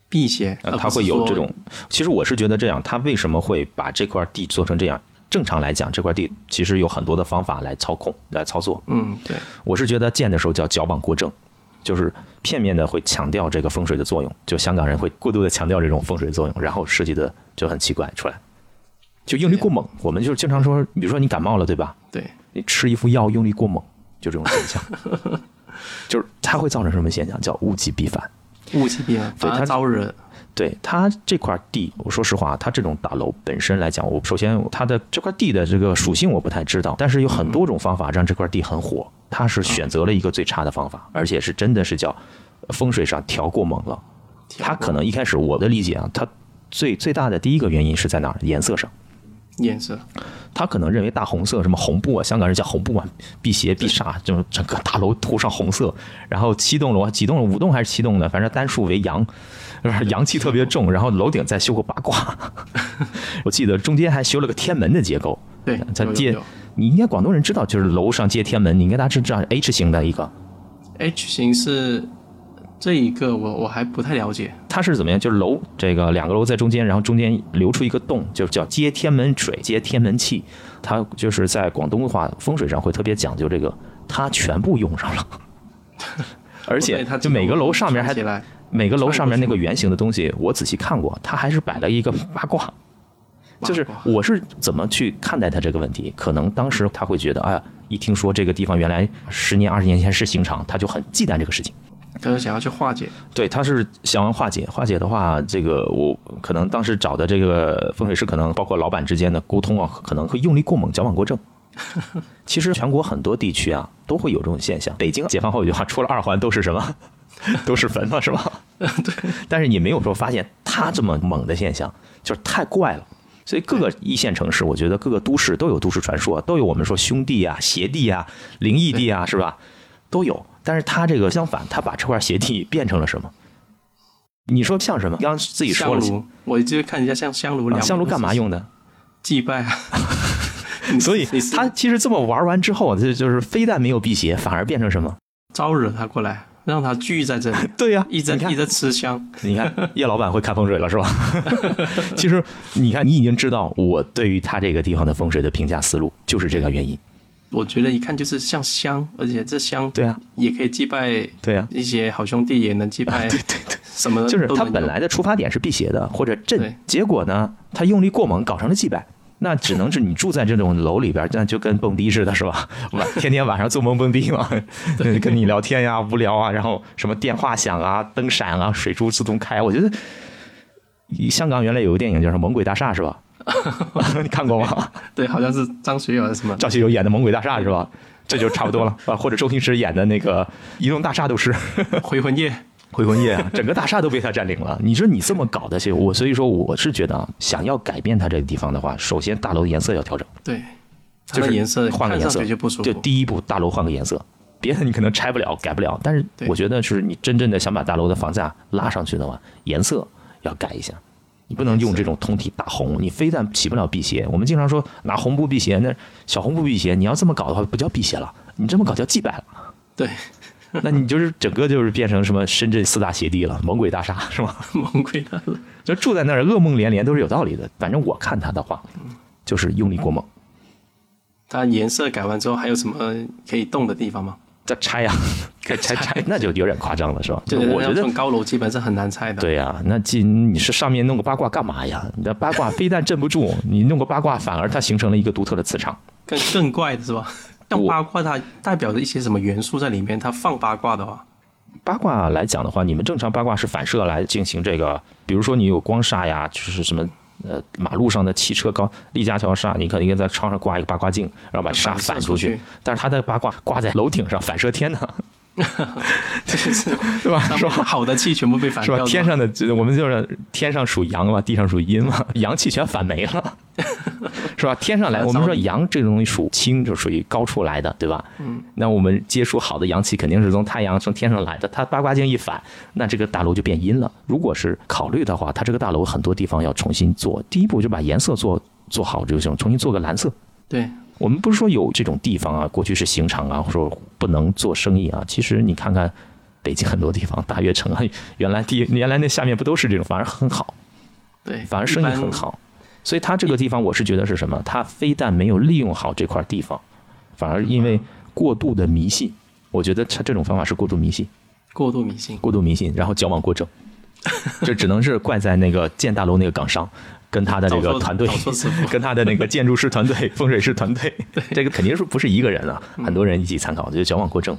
[SPEAKER 1] 辟邪，
[SPEAKER 2] 呃
[SPEAKER 1] 而
[SPEAKER 2] 他
[SPEAKER 1] 不是
[SPEAKER 2] 会有
[SPEAKER 1] 说
[SPEAKER 2] 这种。其实我是觉得这样，他为什么会把这块地做成这样？正常来讲，这块地其实有很多的方法来操控、来操作。
[SPEAKER 1] 嗯，对，
[SPEAKER 2] 我是觉得建的时候叫矫枉过正，就是片面的会强调这个风水的作用，就香港人会过度的强调这种风水作用，然后设计的就很奇怪出来，就用力过猛。我们就是经常说，比如说你感冒了，对吧？
[SPEAKER 1] 对，
[SPEAKER 2] 你吃一副药用力过猛，就这种现象，就是它会造成什么现象？叫物极必反。
[SPEAKER 1] 物极必反，
[SPEAKER 2] 对
[SPEAKER 1] 反
[SPEAKER 2] 它
[SPEAKER 1] 而招惹
[SPEAKER 2] 对它这块地，我说实话，它这种大楼本身来讲，我首先它的这块地的这个属性我不太知道，但是有很多种方法让这块地很火。它是选择了一个最差的方法，而且是真的是叫风水上调过猛了。它可能一开始我的理解啊，它最最大的第一个原因是在哪儿？颜色上，
[SPEAKER 1] 颜色，
[SPEAKER 2] 他可能认为大红色什么红布啊，香港人叫红布啊，辟邪避煞，就是整个大楼涂上红色，然后七栋楼啊，几栋楼五栋还是七栋呢？反正单数为阳，阳气特别重，然后楼顶再修个八卦， 我记得中间还修了个天门的结构，
[SPEAKER 1] 对，
[SPEAKER 2] 它
[SPEAKER 1] 有有
[SPEAKER 2] 接
[SPEAKER 1] 有
[SPEAKER 2] 你应该广东人知道，就是楼上接天门，你应该大致知道 H 型的一个，
[SPEAKER 1] H 型是这一个我我还不太了解，
[SPEAKER 2] 它是怎么样？就是楼这个两个楼在中间，然后中间留出一个洞，就是叫接天门水、接天门气。它就是在广东话风水上会特别讲究这个，它全部用上 了，而
[SPEAKER 1] 我
[SPEAKER 2] 且
[SPEAKER 1] 对它
[SPEAKER 2] 就每个楼上面
[SPEAKER 1] 串
[SPEAKER 2] 还
[SPEAKER 1] 起来，
[SPEAKER 2] 每个楼上面那个圆形的东西，我仔细看过，它还是摆了一个八 卦。就是
[SPEAKER 1] 八卦
[SPEAKER 2] 我是怎么去看待它这个问题？可能当时他会觉得，哎呀，一听说这个地方原来十年、二十年前是刑场，他就很忌惮这个事情。
[SPEAKER 1] 他就想要去化解，
[SPEAKER 2] 对，他是想要化解，化解的话，这个我可能当时找的这个风水师，可能包括老板之间的沟通啊，可能会用力过猛，矫枉过正。其实全国很多地区啊，都会有这种现象。北京解放后有句话，出了二环都是什么？ 都是坟了，是吧？ 对。但是你没有说发现他这么猛的现象，就是太怪了。所以各个一线城市，我觉得各个都市都有都市传说，都有我们说兄弟啊、邪地啊、灵异地啊，是吧？都有。但是他这个相反，他把这块邪地变成了什么？你说像什么？刚刚自己说
[SPEAKER 1] 香
[SPEAKER 2] 了，
[SPEAKER 1] 炉，我就看一下像香炉
[SPEAKER 2] 啊
[SPEAKER 1] 两，
[SPEAKER 2] 香炉干嘛？用的？
[SPEAKER 1] 祭拜啊。 你
[SPEAKER 2] 所以
[SPEAKER 1] 你是
[SPEAKER 2] 他其实这么玩完之后，这就是非但没有辟邪，反而变成什么？
[SPEAKER 1] 招惹他过来，让他聚在这 里，
[SPEAKER 2] 对呀、
[SPEAKER 1] 一直
[SPEAKER 2] 你看
[SPEAKER 1] 一直吃香。
[SPEAKER 2] 你看，叶老板会看风水了是吧？ 其实你看，你已经知道我对于他这个地方的风水的评价思路就是这个原因。
[SPEAKER 1] 我觉得一看就是像香，而且这香
[SPEAKER 2] 对啊，
[SPEAKER 1] 也可以祭拜
[SPEAKER 2] 对啊，啊
[SPEAKER 1] 一些好兄弟，也能祭拜对对对什么
[SPEAKER 2] 就是
[SPEAKER 1] 都
[SPEAKER 2] 他
[SPEAKER 1] 能
[SPEAKER 2] 本
[SPEAKER 1] 用
[SPEAKER 2] 来的出发点是辟邪的或者
[SPEAKER 1] 对
[SPEAKER 2] 震，结果呢，他用力过猛搞成了祭拜。那只能是你住在这种楼里边儿，那就跟蹦迪似的，是吧？ 晚天天晚上做梦蹦迪嘛，跟你聊天呀、无聊啊，然后什么电话响啊、灯闪啊、水珠自动开，我觉得香港原来有个电影叫什么《猛鬼大厦》，是吧？ 你看过吗？
[SPEAKER 1] 对，好像是张学友还是什么，
[SPEAKER 2] 赵学友演的《猛鬼大厦》是吧？这就差不 多了啊，或者周星驰演的那个《移动大厦》都是《
[SPEAKER 1] 回魂夜。
[SPEAKER 2] 回魂夜》啊， 整个大厦都被他占领了。你说你这么搞的，我所以说我是觉得啊，想要改变它这个地方的话，首先大楼的颜色要调整，
[SPEAKER 1] 对，它
[SPEAKER 2] 就
[SPEAKER 1] 的
[SPEAKER 2] 是
[SPEAKER 1] 颜色
[SPEAKER 2] 换个
[SPEAKER 1] 看
[SPEAKER 2] 颜
[SPEAKER 1] 上
[SPEAKER 2] 色
[SPEAKER 1] 去就不舒
[SPEAKER 2] 就
[SPEAKER 1] 服。
[SPEAKER 2] 第一步大楼换个颜色，别的你可能拆不了、改不了，但是
[SPEAKER 1] 对
[SPEAKER 2] 我觉得就是你真正的想把大楼的房价拉上去的话，颜色要改一下。你不能用这种通体大红，你非但起不了辟邪。我们经常说拿红布辟邪，那小红布辟邪，你要这么搞的话，不叫辟邪了，你这么搞叫祭拜了。
[SPEAKER 1] 对，
[SPEAKER 2] 那你就是整个就是变成什么深圳四大邪地了，猛鬼大厦 是吗？
[SPEAKER 1] 蒙贵大楼。
[SPEAKER 2] 就住在那儿噩梦连连都是有道理的。反正我看他的话，就是用力过猛，
[SPEAKER 1] 它颜色改完之后还有什么可以动的地方吗？
[SPEAKER 2] 再拆啊呀、 再拆 拆，那就有点夸张了，是吧？
[SPEAKER 1] 就
[SPEAKER 2] 呃我觉
[SPEAKER 1] 那
[SPEAKER 2] 得
[SPEAKER 1] 种高楼基本是很难拆的。，
[SPEAKER 2] 对呀、那既你是上面弄个八卦干嘛呀？你的八卦非但镇不住，你弄个八卦反而它形成了一个独特的磁场。
[SPEAKER 1] 更更怪的是吧？像
[SPEAKER 2] 我
[SPEAKER 1] 八卦，它代表着一些什么元素在里面？它放八卦的话，
[SPEAKER 2] 八卦来讲的话，你们正常八卦是反射来进行这个，比如说你有光煞呀，就是什么。呃，马路上的汽车高立交桥煞，你可能应该在窗上挂一个八卦镜，然后把煞
[SPEAKER 1] 反射
[SPEAKER 2] 反出
[SPEAKER 1] 出
[SPEAKER 2] 去
[SPEAKER 1] 去。
[SPEAKER 2] 但是它的八卦挂在楼顶上，反射天呢，
[SPEAKER 1] 这是
[SPEAKER 2] 对吧？
[SPEAKER 1] 上
[SPEAKER 2] 是
[SPEAKER 1] 面
[SPEAKER 2] 吧？
[SPEAKER 1] 好的气全部被反
[SPEAKER 2] 是吧
[SPEAKER 1] 掉？
[SPEAKER 2] 天上的我们就是天上属阳嘛，地上属阴嘛，阳气全反没了，是吧？天上来，我们说阳这种东西属清，就属于高处来的，对吧？嗯，那我们接触好的阳气肯定是从太阳从天上来的，它八卦镜一反，那这个大楼就变阴了。如果是考虑的话，它这个大楼很多地方要重新做，第一步就把颜色做做好就行，重新做个蓝色，
[SPEAKER 1] 对，
[SPEAKER 2] 我们不是说有这种地方啊，过去是刑场啊，或者说不能做生意啊。其实你看看北京很多地方，大悦城啊， 原来地原来那下面不都是这种，反而很好，
[SPEAKER 1] 对，
[SPEAKER 2] 反而生意
[SPEAKER 1] 一般
[SPEAKER 2] 很。好。所以它这个地方，我是觉得是什么？它非但没有利用好这块地方，反而因为过度的迷信，我觉得它这种方法是过度迷信，
[SPEAKER 1] 过度迷信，
[SPEAKER 2] 过度迷信，然后矫枉过正，这只能是怪在那个建大楼那个港商。跟 他的这
[SPEAKER 1] 早
[SPEAKER 2] 个
[SPEAKER 1] 说
[SPEAKER 2] 团队
[SPEAKER 1] 早说师 傅，
[SPEAKER 2] 跟他的那个建筑师团队、风水师团 队，这个肯定是不是一个人啊，很多人一起参考，就矫枉过正。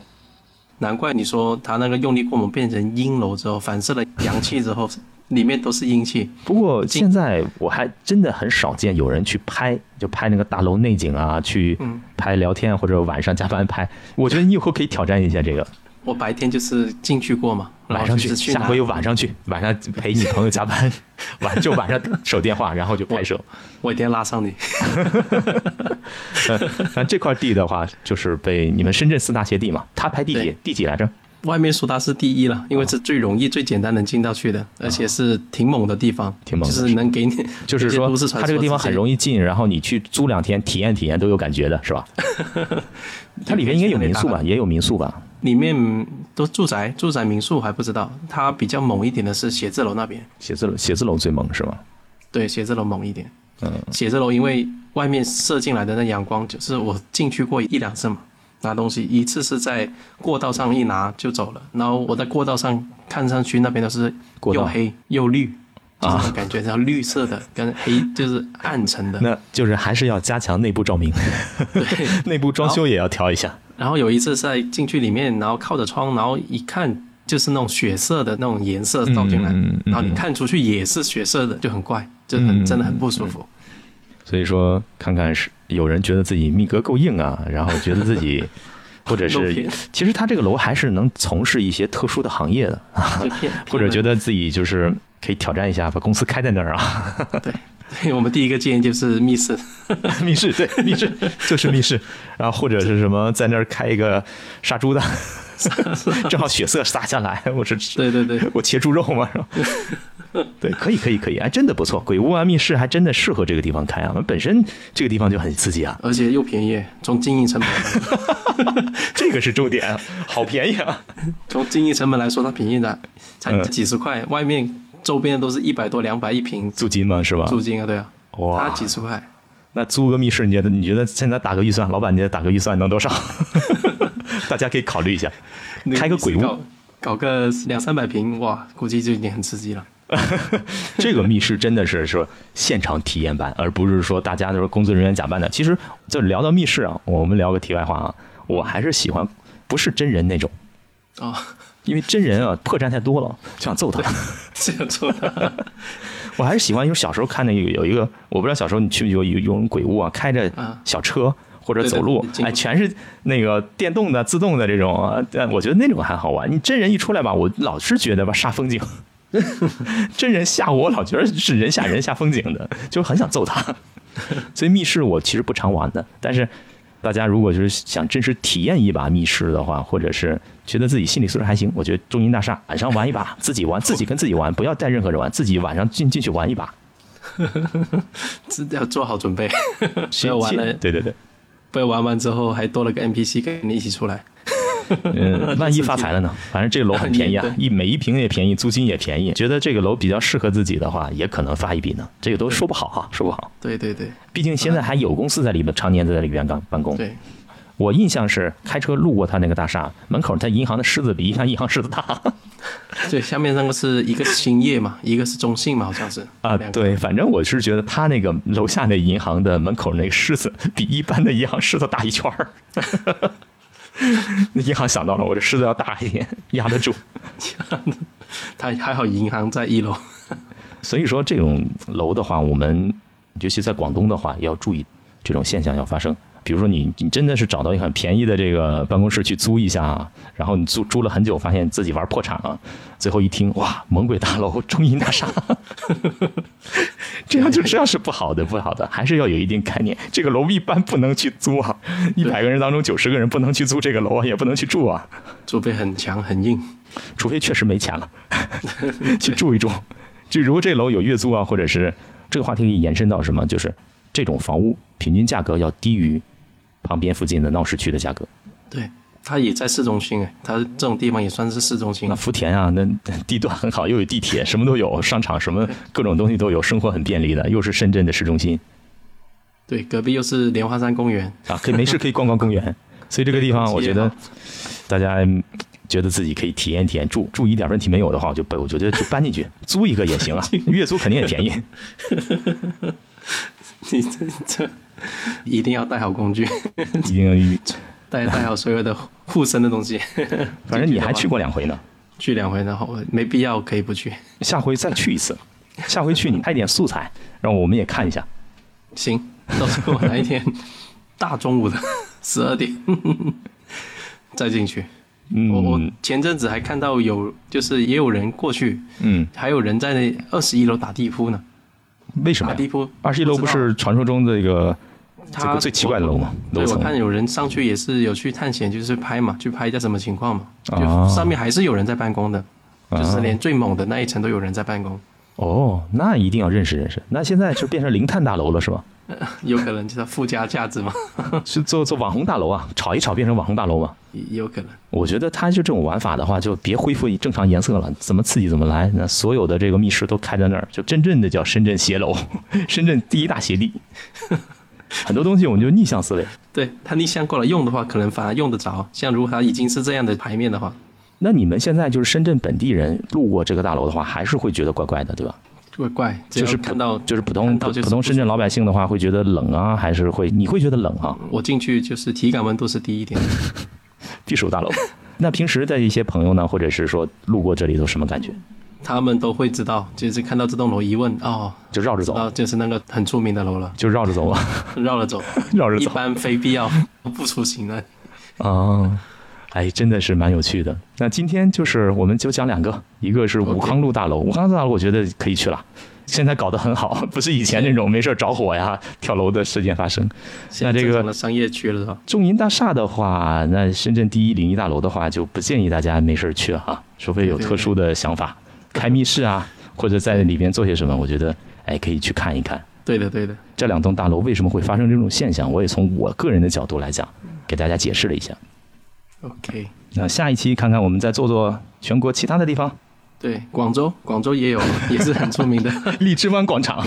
[SPEAKER 1] 难怪你说它那个用力过猛变成阴楼之后，反射了阳气之后，里面都是阴气。
[SPEAKER 2] 不过现在我还真的很少见有人去拍，就拍那个大楼内景啊，去
[SPEAKER 1] 嗯
[SPEAKER 2] 拍聊天或者晚上加班拍。 我觉得你以后可以挑战一下这 个，
[SPEAKER 1] 我白天就是进去过嘛，然后
[SPEAKER 2] 晚上
[SPEAKER 1] 就是去
[SPEAKER 2] 下
[SPEAKER 1] 拿
[SPEAKER 2] 回晚上去，晚上陪你朋友加 班，晚就晚上守电话，然后就拍 摄。
[SPEAKER 1] 我一定要拉上你。
[SPEAKER 2] 那这块地的话，就是被你们深圳四大邪地嘛，他拍地
[SPEAKER 1] 对
[SPEAKER 2] 几地几来着？
[SPEAKER 1] 外面说它是第一了，
[SPEAKER 2] 啊
[SPEAKER 1] 因为是最容易、最简单能进到去的，而且是挺猛的地方，
[SPEAKER 2] 挺猛的
[SPEAKER 1] 就是能给你，
[SPEAKER 2] 就是说
[SPEAKER 1] 都市，传
[SPEAKER 2] 它这个地方很
[SPEAKER 1] 易，
[SPEAKER 2] 容易进，然后你去租两天体验体验都有感觉的，是吧？它里面应该有民宿吧，也有民宿吧？
[SPEAKER 1] 里面嗯都住宅、住宅民宿还不知道，它比较猛一点的是写字楼那边，
[SPEAKER 2] 写字楼写字楼最猛是吗？
[SPEAKER 1] 对，写字楼猛一点，嗯，写字楼因为外面射进来的那阳光，就是我进去过一两次嘛。拿东西，一次是在过道上一拿就走了，然后我在过道上看上去那边都是
[SPEAKER 2] 过道啊
[SPEAKER 1] 又黑又绿，就是那种感觉，然后绿色的跟黑就是暗沉的，
[SPEAKER 2] 那就是还是要加强内部照明，
[SPEAKER 1] 对，
[SPEAKER 2] 内部装修也要调一下。
[SPEAKER 1] 然后有一次在进去里面，然后靠着窗，然后一看就是那种血色的那种颜色照进来，
[SPEAKER 2] 嗯嗯嗯嗯
[SPEAKER 1] 然后你看出去也是血色的，就很怪，就很、
[SPEAKER 2] 嗯
[SPEAKER 1] 真的很不舒服。
[SPEAKER 2] 所以说，看看是有人觉得自己命格够硬啊，然后觉得自 己或者
[SPEAKER 1] 露
[SPEAKER 2] 是
[SPEAKER 1] 皮，
[SPEAKER 2] 其实他这个楼还是能从事一些特殊的行业的，
[SPEAKER 1] 就骗，
[SPEAKER 2] 或者觉
[SPEAKER 1] 得
[SPEAKER 2] 得自己就是可以挑战一下，把公司开在那儿啊。
[SPEAKER 1] 对。对我们第一个建议就是密室，
[SPEAKER 2] 密室，对，密室就是密室，然后或者是什么在那儿开一个杀猪的， 正好血色洒下来，我是
[SPEAKER 1] 对对对，
[SPEAKER 2] 我切猪肉嘛，是吧？ 对，可以可以可以，哎，真的不错，鬼屋啊密室还真的适合这个地方开啊，本身这个地方就很刺激啊，
[SPEAKER 1] 而且又便宜，从经营成本，
[SPEAKER 2] 这个是重点啊，好便宜啊，
[SPEAKER 1] 从经营成本来说，它便宜的才
[SPEAKER 2] 嗯
[SPEAKER 1] 几十块，外面周边都是一百多、两百一平
[SPEAKER 2] 租金嘛是吧？
[SPEAKER 1] 租金啊，对啊，它
[SPEAKER 2] 哇，
[SPEAKER 1] 几十块，
[SPEAKER 2] 那租个密室，你觉得你觉得现在打个预算， 老板你觉得打个预算能多少？大家可以考虑一下，
[SPEAKER 1] 那
[SPEAKER 2] 开个
[SPEAKER 1] 密室
[SPEAKER 2] 鬼屋
[SPEAKER 1] 搞搞个两三百平，哇，估计就已经很刺激了。
[SPEAKER 2] 这个密室真的是说现场体验版，而不是说大家都是工作人员假扮的。其实就聊到密室啊，我们聊个题外话啊，我还是喜欢不是真人那种，
[SPEAKER 1] 哦，
[SPEAKER 2] 因为真人啊破绽太多了，就想揍他。
[SPEAKER 1] 这样做的，
[SPEAKER 2] 我还是喜欢，因为小时候看那个有一个，我不知道小时候你去不去有有有人鬼屋啊，开着
[SPEAKER 1] 嗯
[SPEAKER 2] 小车或者走路
[SPEAKER 1] 对对对经，过
[SPEAKER 2] 哎，全是那个电动的、自动的这种，啊但我觉得那种还好玩。你真人一出来吧，我老是觉得吧煞 风景。真人吓我，我老觉得是人吓人吓风景的，就是很想 揍他。所以密室我其实不常玩的，但是大家如果就是想真实体验一把密室的话，或者是觉得自己心理素质还行，我觉得中银大厦晚上玩一把，自己玩，自己跟自己玩，不要带任何人玩，自己晚上进进去玩一把。
[SPEAKER 1] 只要做好准 备，不
[SPEAKER 2] 谁
[SPEAKER 1] 要玩
[SPEAKER 2] 谁
[SPEAKER 1] 了，
[SPEAKER 2] 对对对，
[SPEAKER 1] 不要玩完之后还多了个 NPC 跟你一起出来。
[SPEAKER 2] 嗯，万一发财了呢？反正这个楼很便宜啊
[SPEAKER 1] 对，
[SPEAKER 2] 一每一平也便宜，租金也便宜。觉得这个楼比较适合自己的话，也可能发一笔呢。这个都说不好啊，说不好。
[SPEAKER 1] 对对对
[SPEAKER 2] 毕竟现在还有公司在里面常年在里面干办公。
[SPEAKER 1] 对，
[SPEAKER 2] 我印象是开车路过他那个大厦门口，他银行的狮子比一般银行狮 子大
[SPEAKER 1] 对，下面那个是一个是兴业嘛，一个是中信嘛，好像是
[SPEAKER 2] 啊。
[SPEAKER 1] 两个
[SPEAKER 2] 对，反正我是觉得他那个楼下那银行的门口那个狮子比一般的银行狮子大一圈儿。 那银行想到了，我这狮子要大一点，压得住。
[SPEAKER 1] 它还好，银行在一楼。
[SPEAKER 2] 所以说这种楼的话，我们尤其在广东的话，要注意这种现象要发生。比如说你你真的是找到一个很便宜的这个办公室去租一下啊，然后你租租了很久，发现自己玩破产了，最后一听哇，猛鬼大楼、中银大厦， 这样就这样是不好的，不好的，还是要有一定概念。这个楼一般不能去租啊，一百个人当中九十个人不能去租这个楼啊，也不能去住啊。
[SPEAKER 1] 储备很强很硬，
[SPEAKER 2] 除非确实没钱了， 去住一住。就如果这楼有月租啊，或者是这个话题可以延伸到什么？就是这种房屋平均价格要低于旁边附近的闹市区的价格。
[SPEAKER 1] 对，它也在市中心哎，它这种地方也算是市中心
[SPEAKER 2] 那。福田啊，那 地段很好，又有地铁，什么都有，商场什么各种东西都有，生活很便利的，又是深圳的市中心
[SPEAKER 1] 对，隔壁又是莲花山公园，
[SPEAKER 2] 啊，可以没事可以逛逛公园。 所以这个地方，我觉得
[SPEAKER 1] 对
[SPEAKER 2] 大家嗯觉得自己可以体验体验，住住一点问题没有的话，我就不我觉得就搬进去租一个也行啊，月租肯定也便宜。
[SPEAKER 1] 你这这一定要带好工具，
[SPEAKER 2] 一定
[SPEAKER 1] 带带好所有的护身的东西。
[SPEAKER 2] 反正你还去过两回呢，
[SPEAKER 1] 去两回，然后没必要可以不去。
[SPEAKER 2] 下回再去一次，下回去你拍点素材，让我们也看一下。
[SPEAKER 1] 行，到时候我来一 天大中午的 十二点再进去。我我
[SPEAKER 2] 嗯
[SPEAKER 1] 前阵子还看到有，就是也有人过去，
[SPEAKER 2] 嗯，
[SPEAKER 1] 还有人在那二十一楼打地铺呢，
[SPEAKER 2] 为什么
[SPEAKER 1] 打地
[SPEAKER 2] 呀？
[SPEAKER 1] 铺。
[SPEAKER 2] 二十一楼不是传说中这个这
[SPEAKER 1] 他
[SPEAKER 2] 个最奇怪的楼吗？
[SPEAKER 1] 对，
[SPEAKER 2] 楼
[SPEAKER 1] 我
[SPEAKER 2] 层
[SPEAKER 1] 看有人上去也是有去探险，就是拍嘛，去拍一下什么情况嘛。
[SPEAKER 2] 啊
[SPEAKER 1] 就上面还是有人在办公的，就是
[SPEAKER 2] 啊
[SPEAKER 1] 连最猛的那一层都有人在办公，
[SPEAKER 2] 哦，那一定要认识认识。那现在就变成零碳大楼了是吧？
[SPEAKER 1] 有可能就是附加价值嘛，
[SPEAKER 2] 是做做网红大楼啊，炒一炒变成网红大楼嘛？
[SPEAKER 1] 也也有可能。
[SPEAKER 2] 我觉得它就这种玩法的话，就别恢复正常颜色了，怎么刺激怎么来。那所有的这个密室都开在那儿，就真正的叫深圳斜楼， 深圳第一大斜地。 很多东西我们就逆向思维，
[SPEAKER 1] 对他逆向过来用的话，可能反而用得着。像如果他已经是这样的牌面的话，
[SPEAKER 2] 那你们现在就是深圳本地人路过这个大楼的话，还是会觉得怪怪的，对吧？
[SPEAKER 1] 怪怪，只
[SPEAKER 2] 就是
[SPEAKER 1] 要
[SPEAKER 2] 普
[SPEAKER 1] 看到
[SPEAKER 2] 就是普通
[SPEAKER 1] 看到
[SPEAKER 2] 普
[SPEAKER 1] 就是
[SPEAKER 2] 通深圳老百姓的话，会觉得冷啊，还是会你会觉得冷 啊？
[SPEAKER 1] 我进去就是体感温度是低一点。
[SPEAKER 2] 避暑大楼。那平时的一些朋友呢，或者是说路过这里都什么感觉？
[SPEAKER 1] 他们都会知道，就是看到这栋楼一问，哦，
[SPEAKER 2] 就绕着走，
[SPEAKER 1] 啊，就是那个很出名的楼了，
[SPEAKER 2] 就绕着走啊，
[SPEAKER 1] 绕着走，
[SPEAKER 2] 绕着
[SPEAKER 1] 一
[SPEAKER 2] 走
[SPEAKER 1] 般非必要不出行的。
[SPEAKER 2] 啊。哎，真的是蛮有趣的。那今天就是我们就讲两个，一个是武康路大楼，武康路大楼我觉得可以去了，现在搞得很好， 不是以前那种没事儿着火呀、跳楼的事件发生。
[SPEAKER 1] 现在
[SPEAKER 2] 这个
[SPEAKER 1] 正常的商业区了是吧？
[SPEAKER 2] 中银大厦的话，那深圳第一零一大楼的话，就不建议大家没事儿去哈、除非有特殊的想法，开密室啊，或者在里边做些什么，我觉得哎可以去看一看。
[SPEAKER 1] 对的，对的，
[SPEAKER 2] 这两栋大楼为什么会发生这种现象？我也从我个人的角度来讲，给大家解释了一下。
[SPEAKER 1] OK，
[SPEAKER 2] 那下一期看看我们再做做全国其他的地方。
[SPEAKER 1] 对，广州，广州也有，也是很出名的。
[SPEAKER 2] 荔枝湾广场，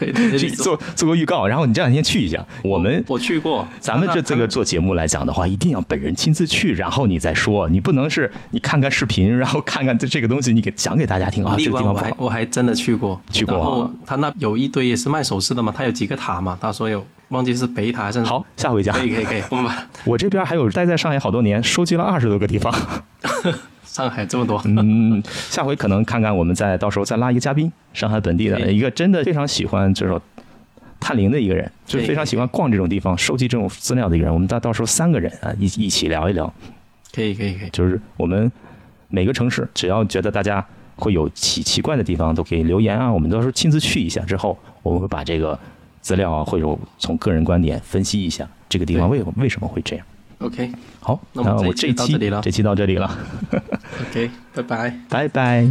[SPEAKER 1] 对对对
[SPEAKER 2] 去做做过预告，然后你这两天去一下。
[SPEAKER 1] 嗯
[SPEAKER 2] 我们
[SPEAKER 1] 我去过，
[SPEAKER 2] 咱们这这个做节目来讲的话，一定要本人亲自去，然后你再说，你不能是你看看视频，然后看看这这个东西，你给讲给大家听啊，
[SPEAKER 1] 荔
[SPEAKER 2] 这
[SPEAKER 1] 湾
[SPEAKER 2] 个地方
[SPEAKER 1] 我
[SPEAKER 2] 不
[SPEAKER 1] 还
[SPEAKER 2] 好。
[SPEAKER 1] 我还真的去过，
[SPEAKER 2] 去过啊
[SPEAKER 1] 然后他那有一堆也是卖首饰的嘛，他有几个塔嘛，他说有忘记是北塔还是
[SPEAKER 2] 好，下回讲
[SPEAKER 1] 可。以可以可以，我们把
[SPEAKER 2] 我这边还有待在上海好多年，收集了二十多个地方。
[SPEAKER 1] 上海这么多，
[SPEAKER 2] 嗯，下回可能看看我们再到时候再拉一个嘉宾，上海本地
[SPEAKER 1] 可
[SPEAKER 2] 的
[SPEAKER 1] 以
[SPEAKER 2] 一个真的非常喜欢这种探灵的一个人，就是
[SPEAKER 1] 可以
[SPEAKER 2] 非常喜欢逛这种地方、收集这种资料的一个人。我们到到时候三个人啊，一一起聊一聊，
[SPEAKER 1] 可以可以可以，
[SPEAKER 2] 就是我们每个城市，只要觉得大家会有奇奇怪的地方，都可以留言啊。我们到时候亲自去一下之后，我们会把这个资料啊，或者从个人观点分析一下这个地方为为什么会这样。
[SPEAKER 1] OK
[SPEAKER 2] 好，
[SPEAKER 1] 那我们
[SPEAKER 2] 我
[SPEAKER 1] 这
[SPEAKER 2] 这
[SPEAKER 1] 一期
[SPEAKER 2] 一
[SPEAKER 1] 到这里
[SPEAKER 2] 期
[SPEAKER 1] 了
[SPEAKER 2] 这期到这里了，
[SPEAKER 1] OK，拜拜。
[SPEAKER 2] 拜拜。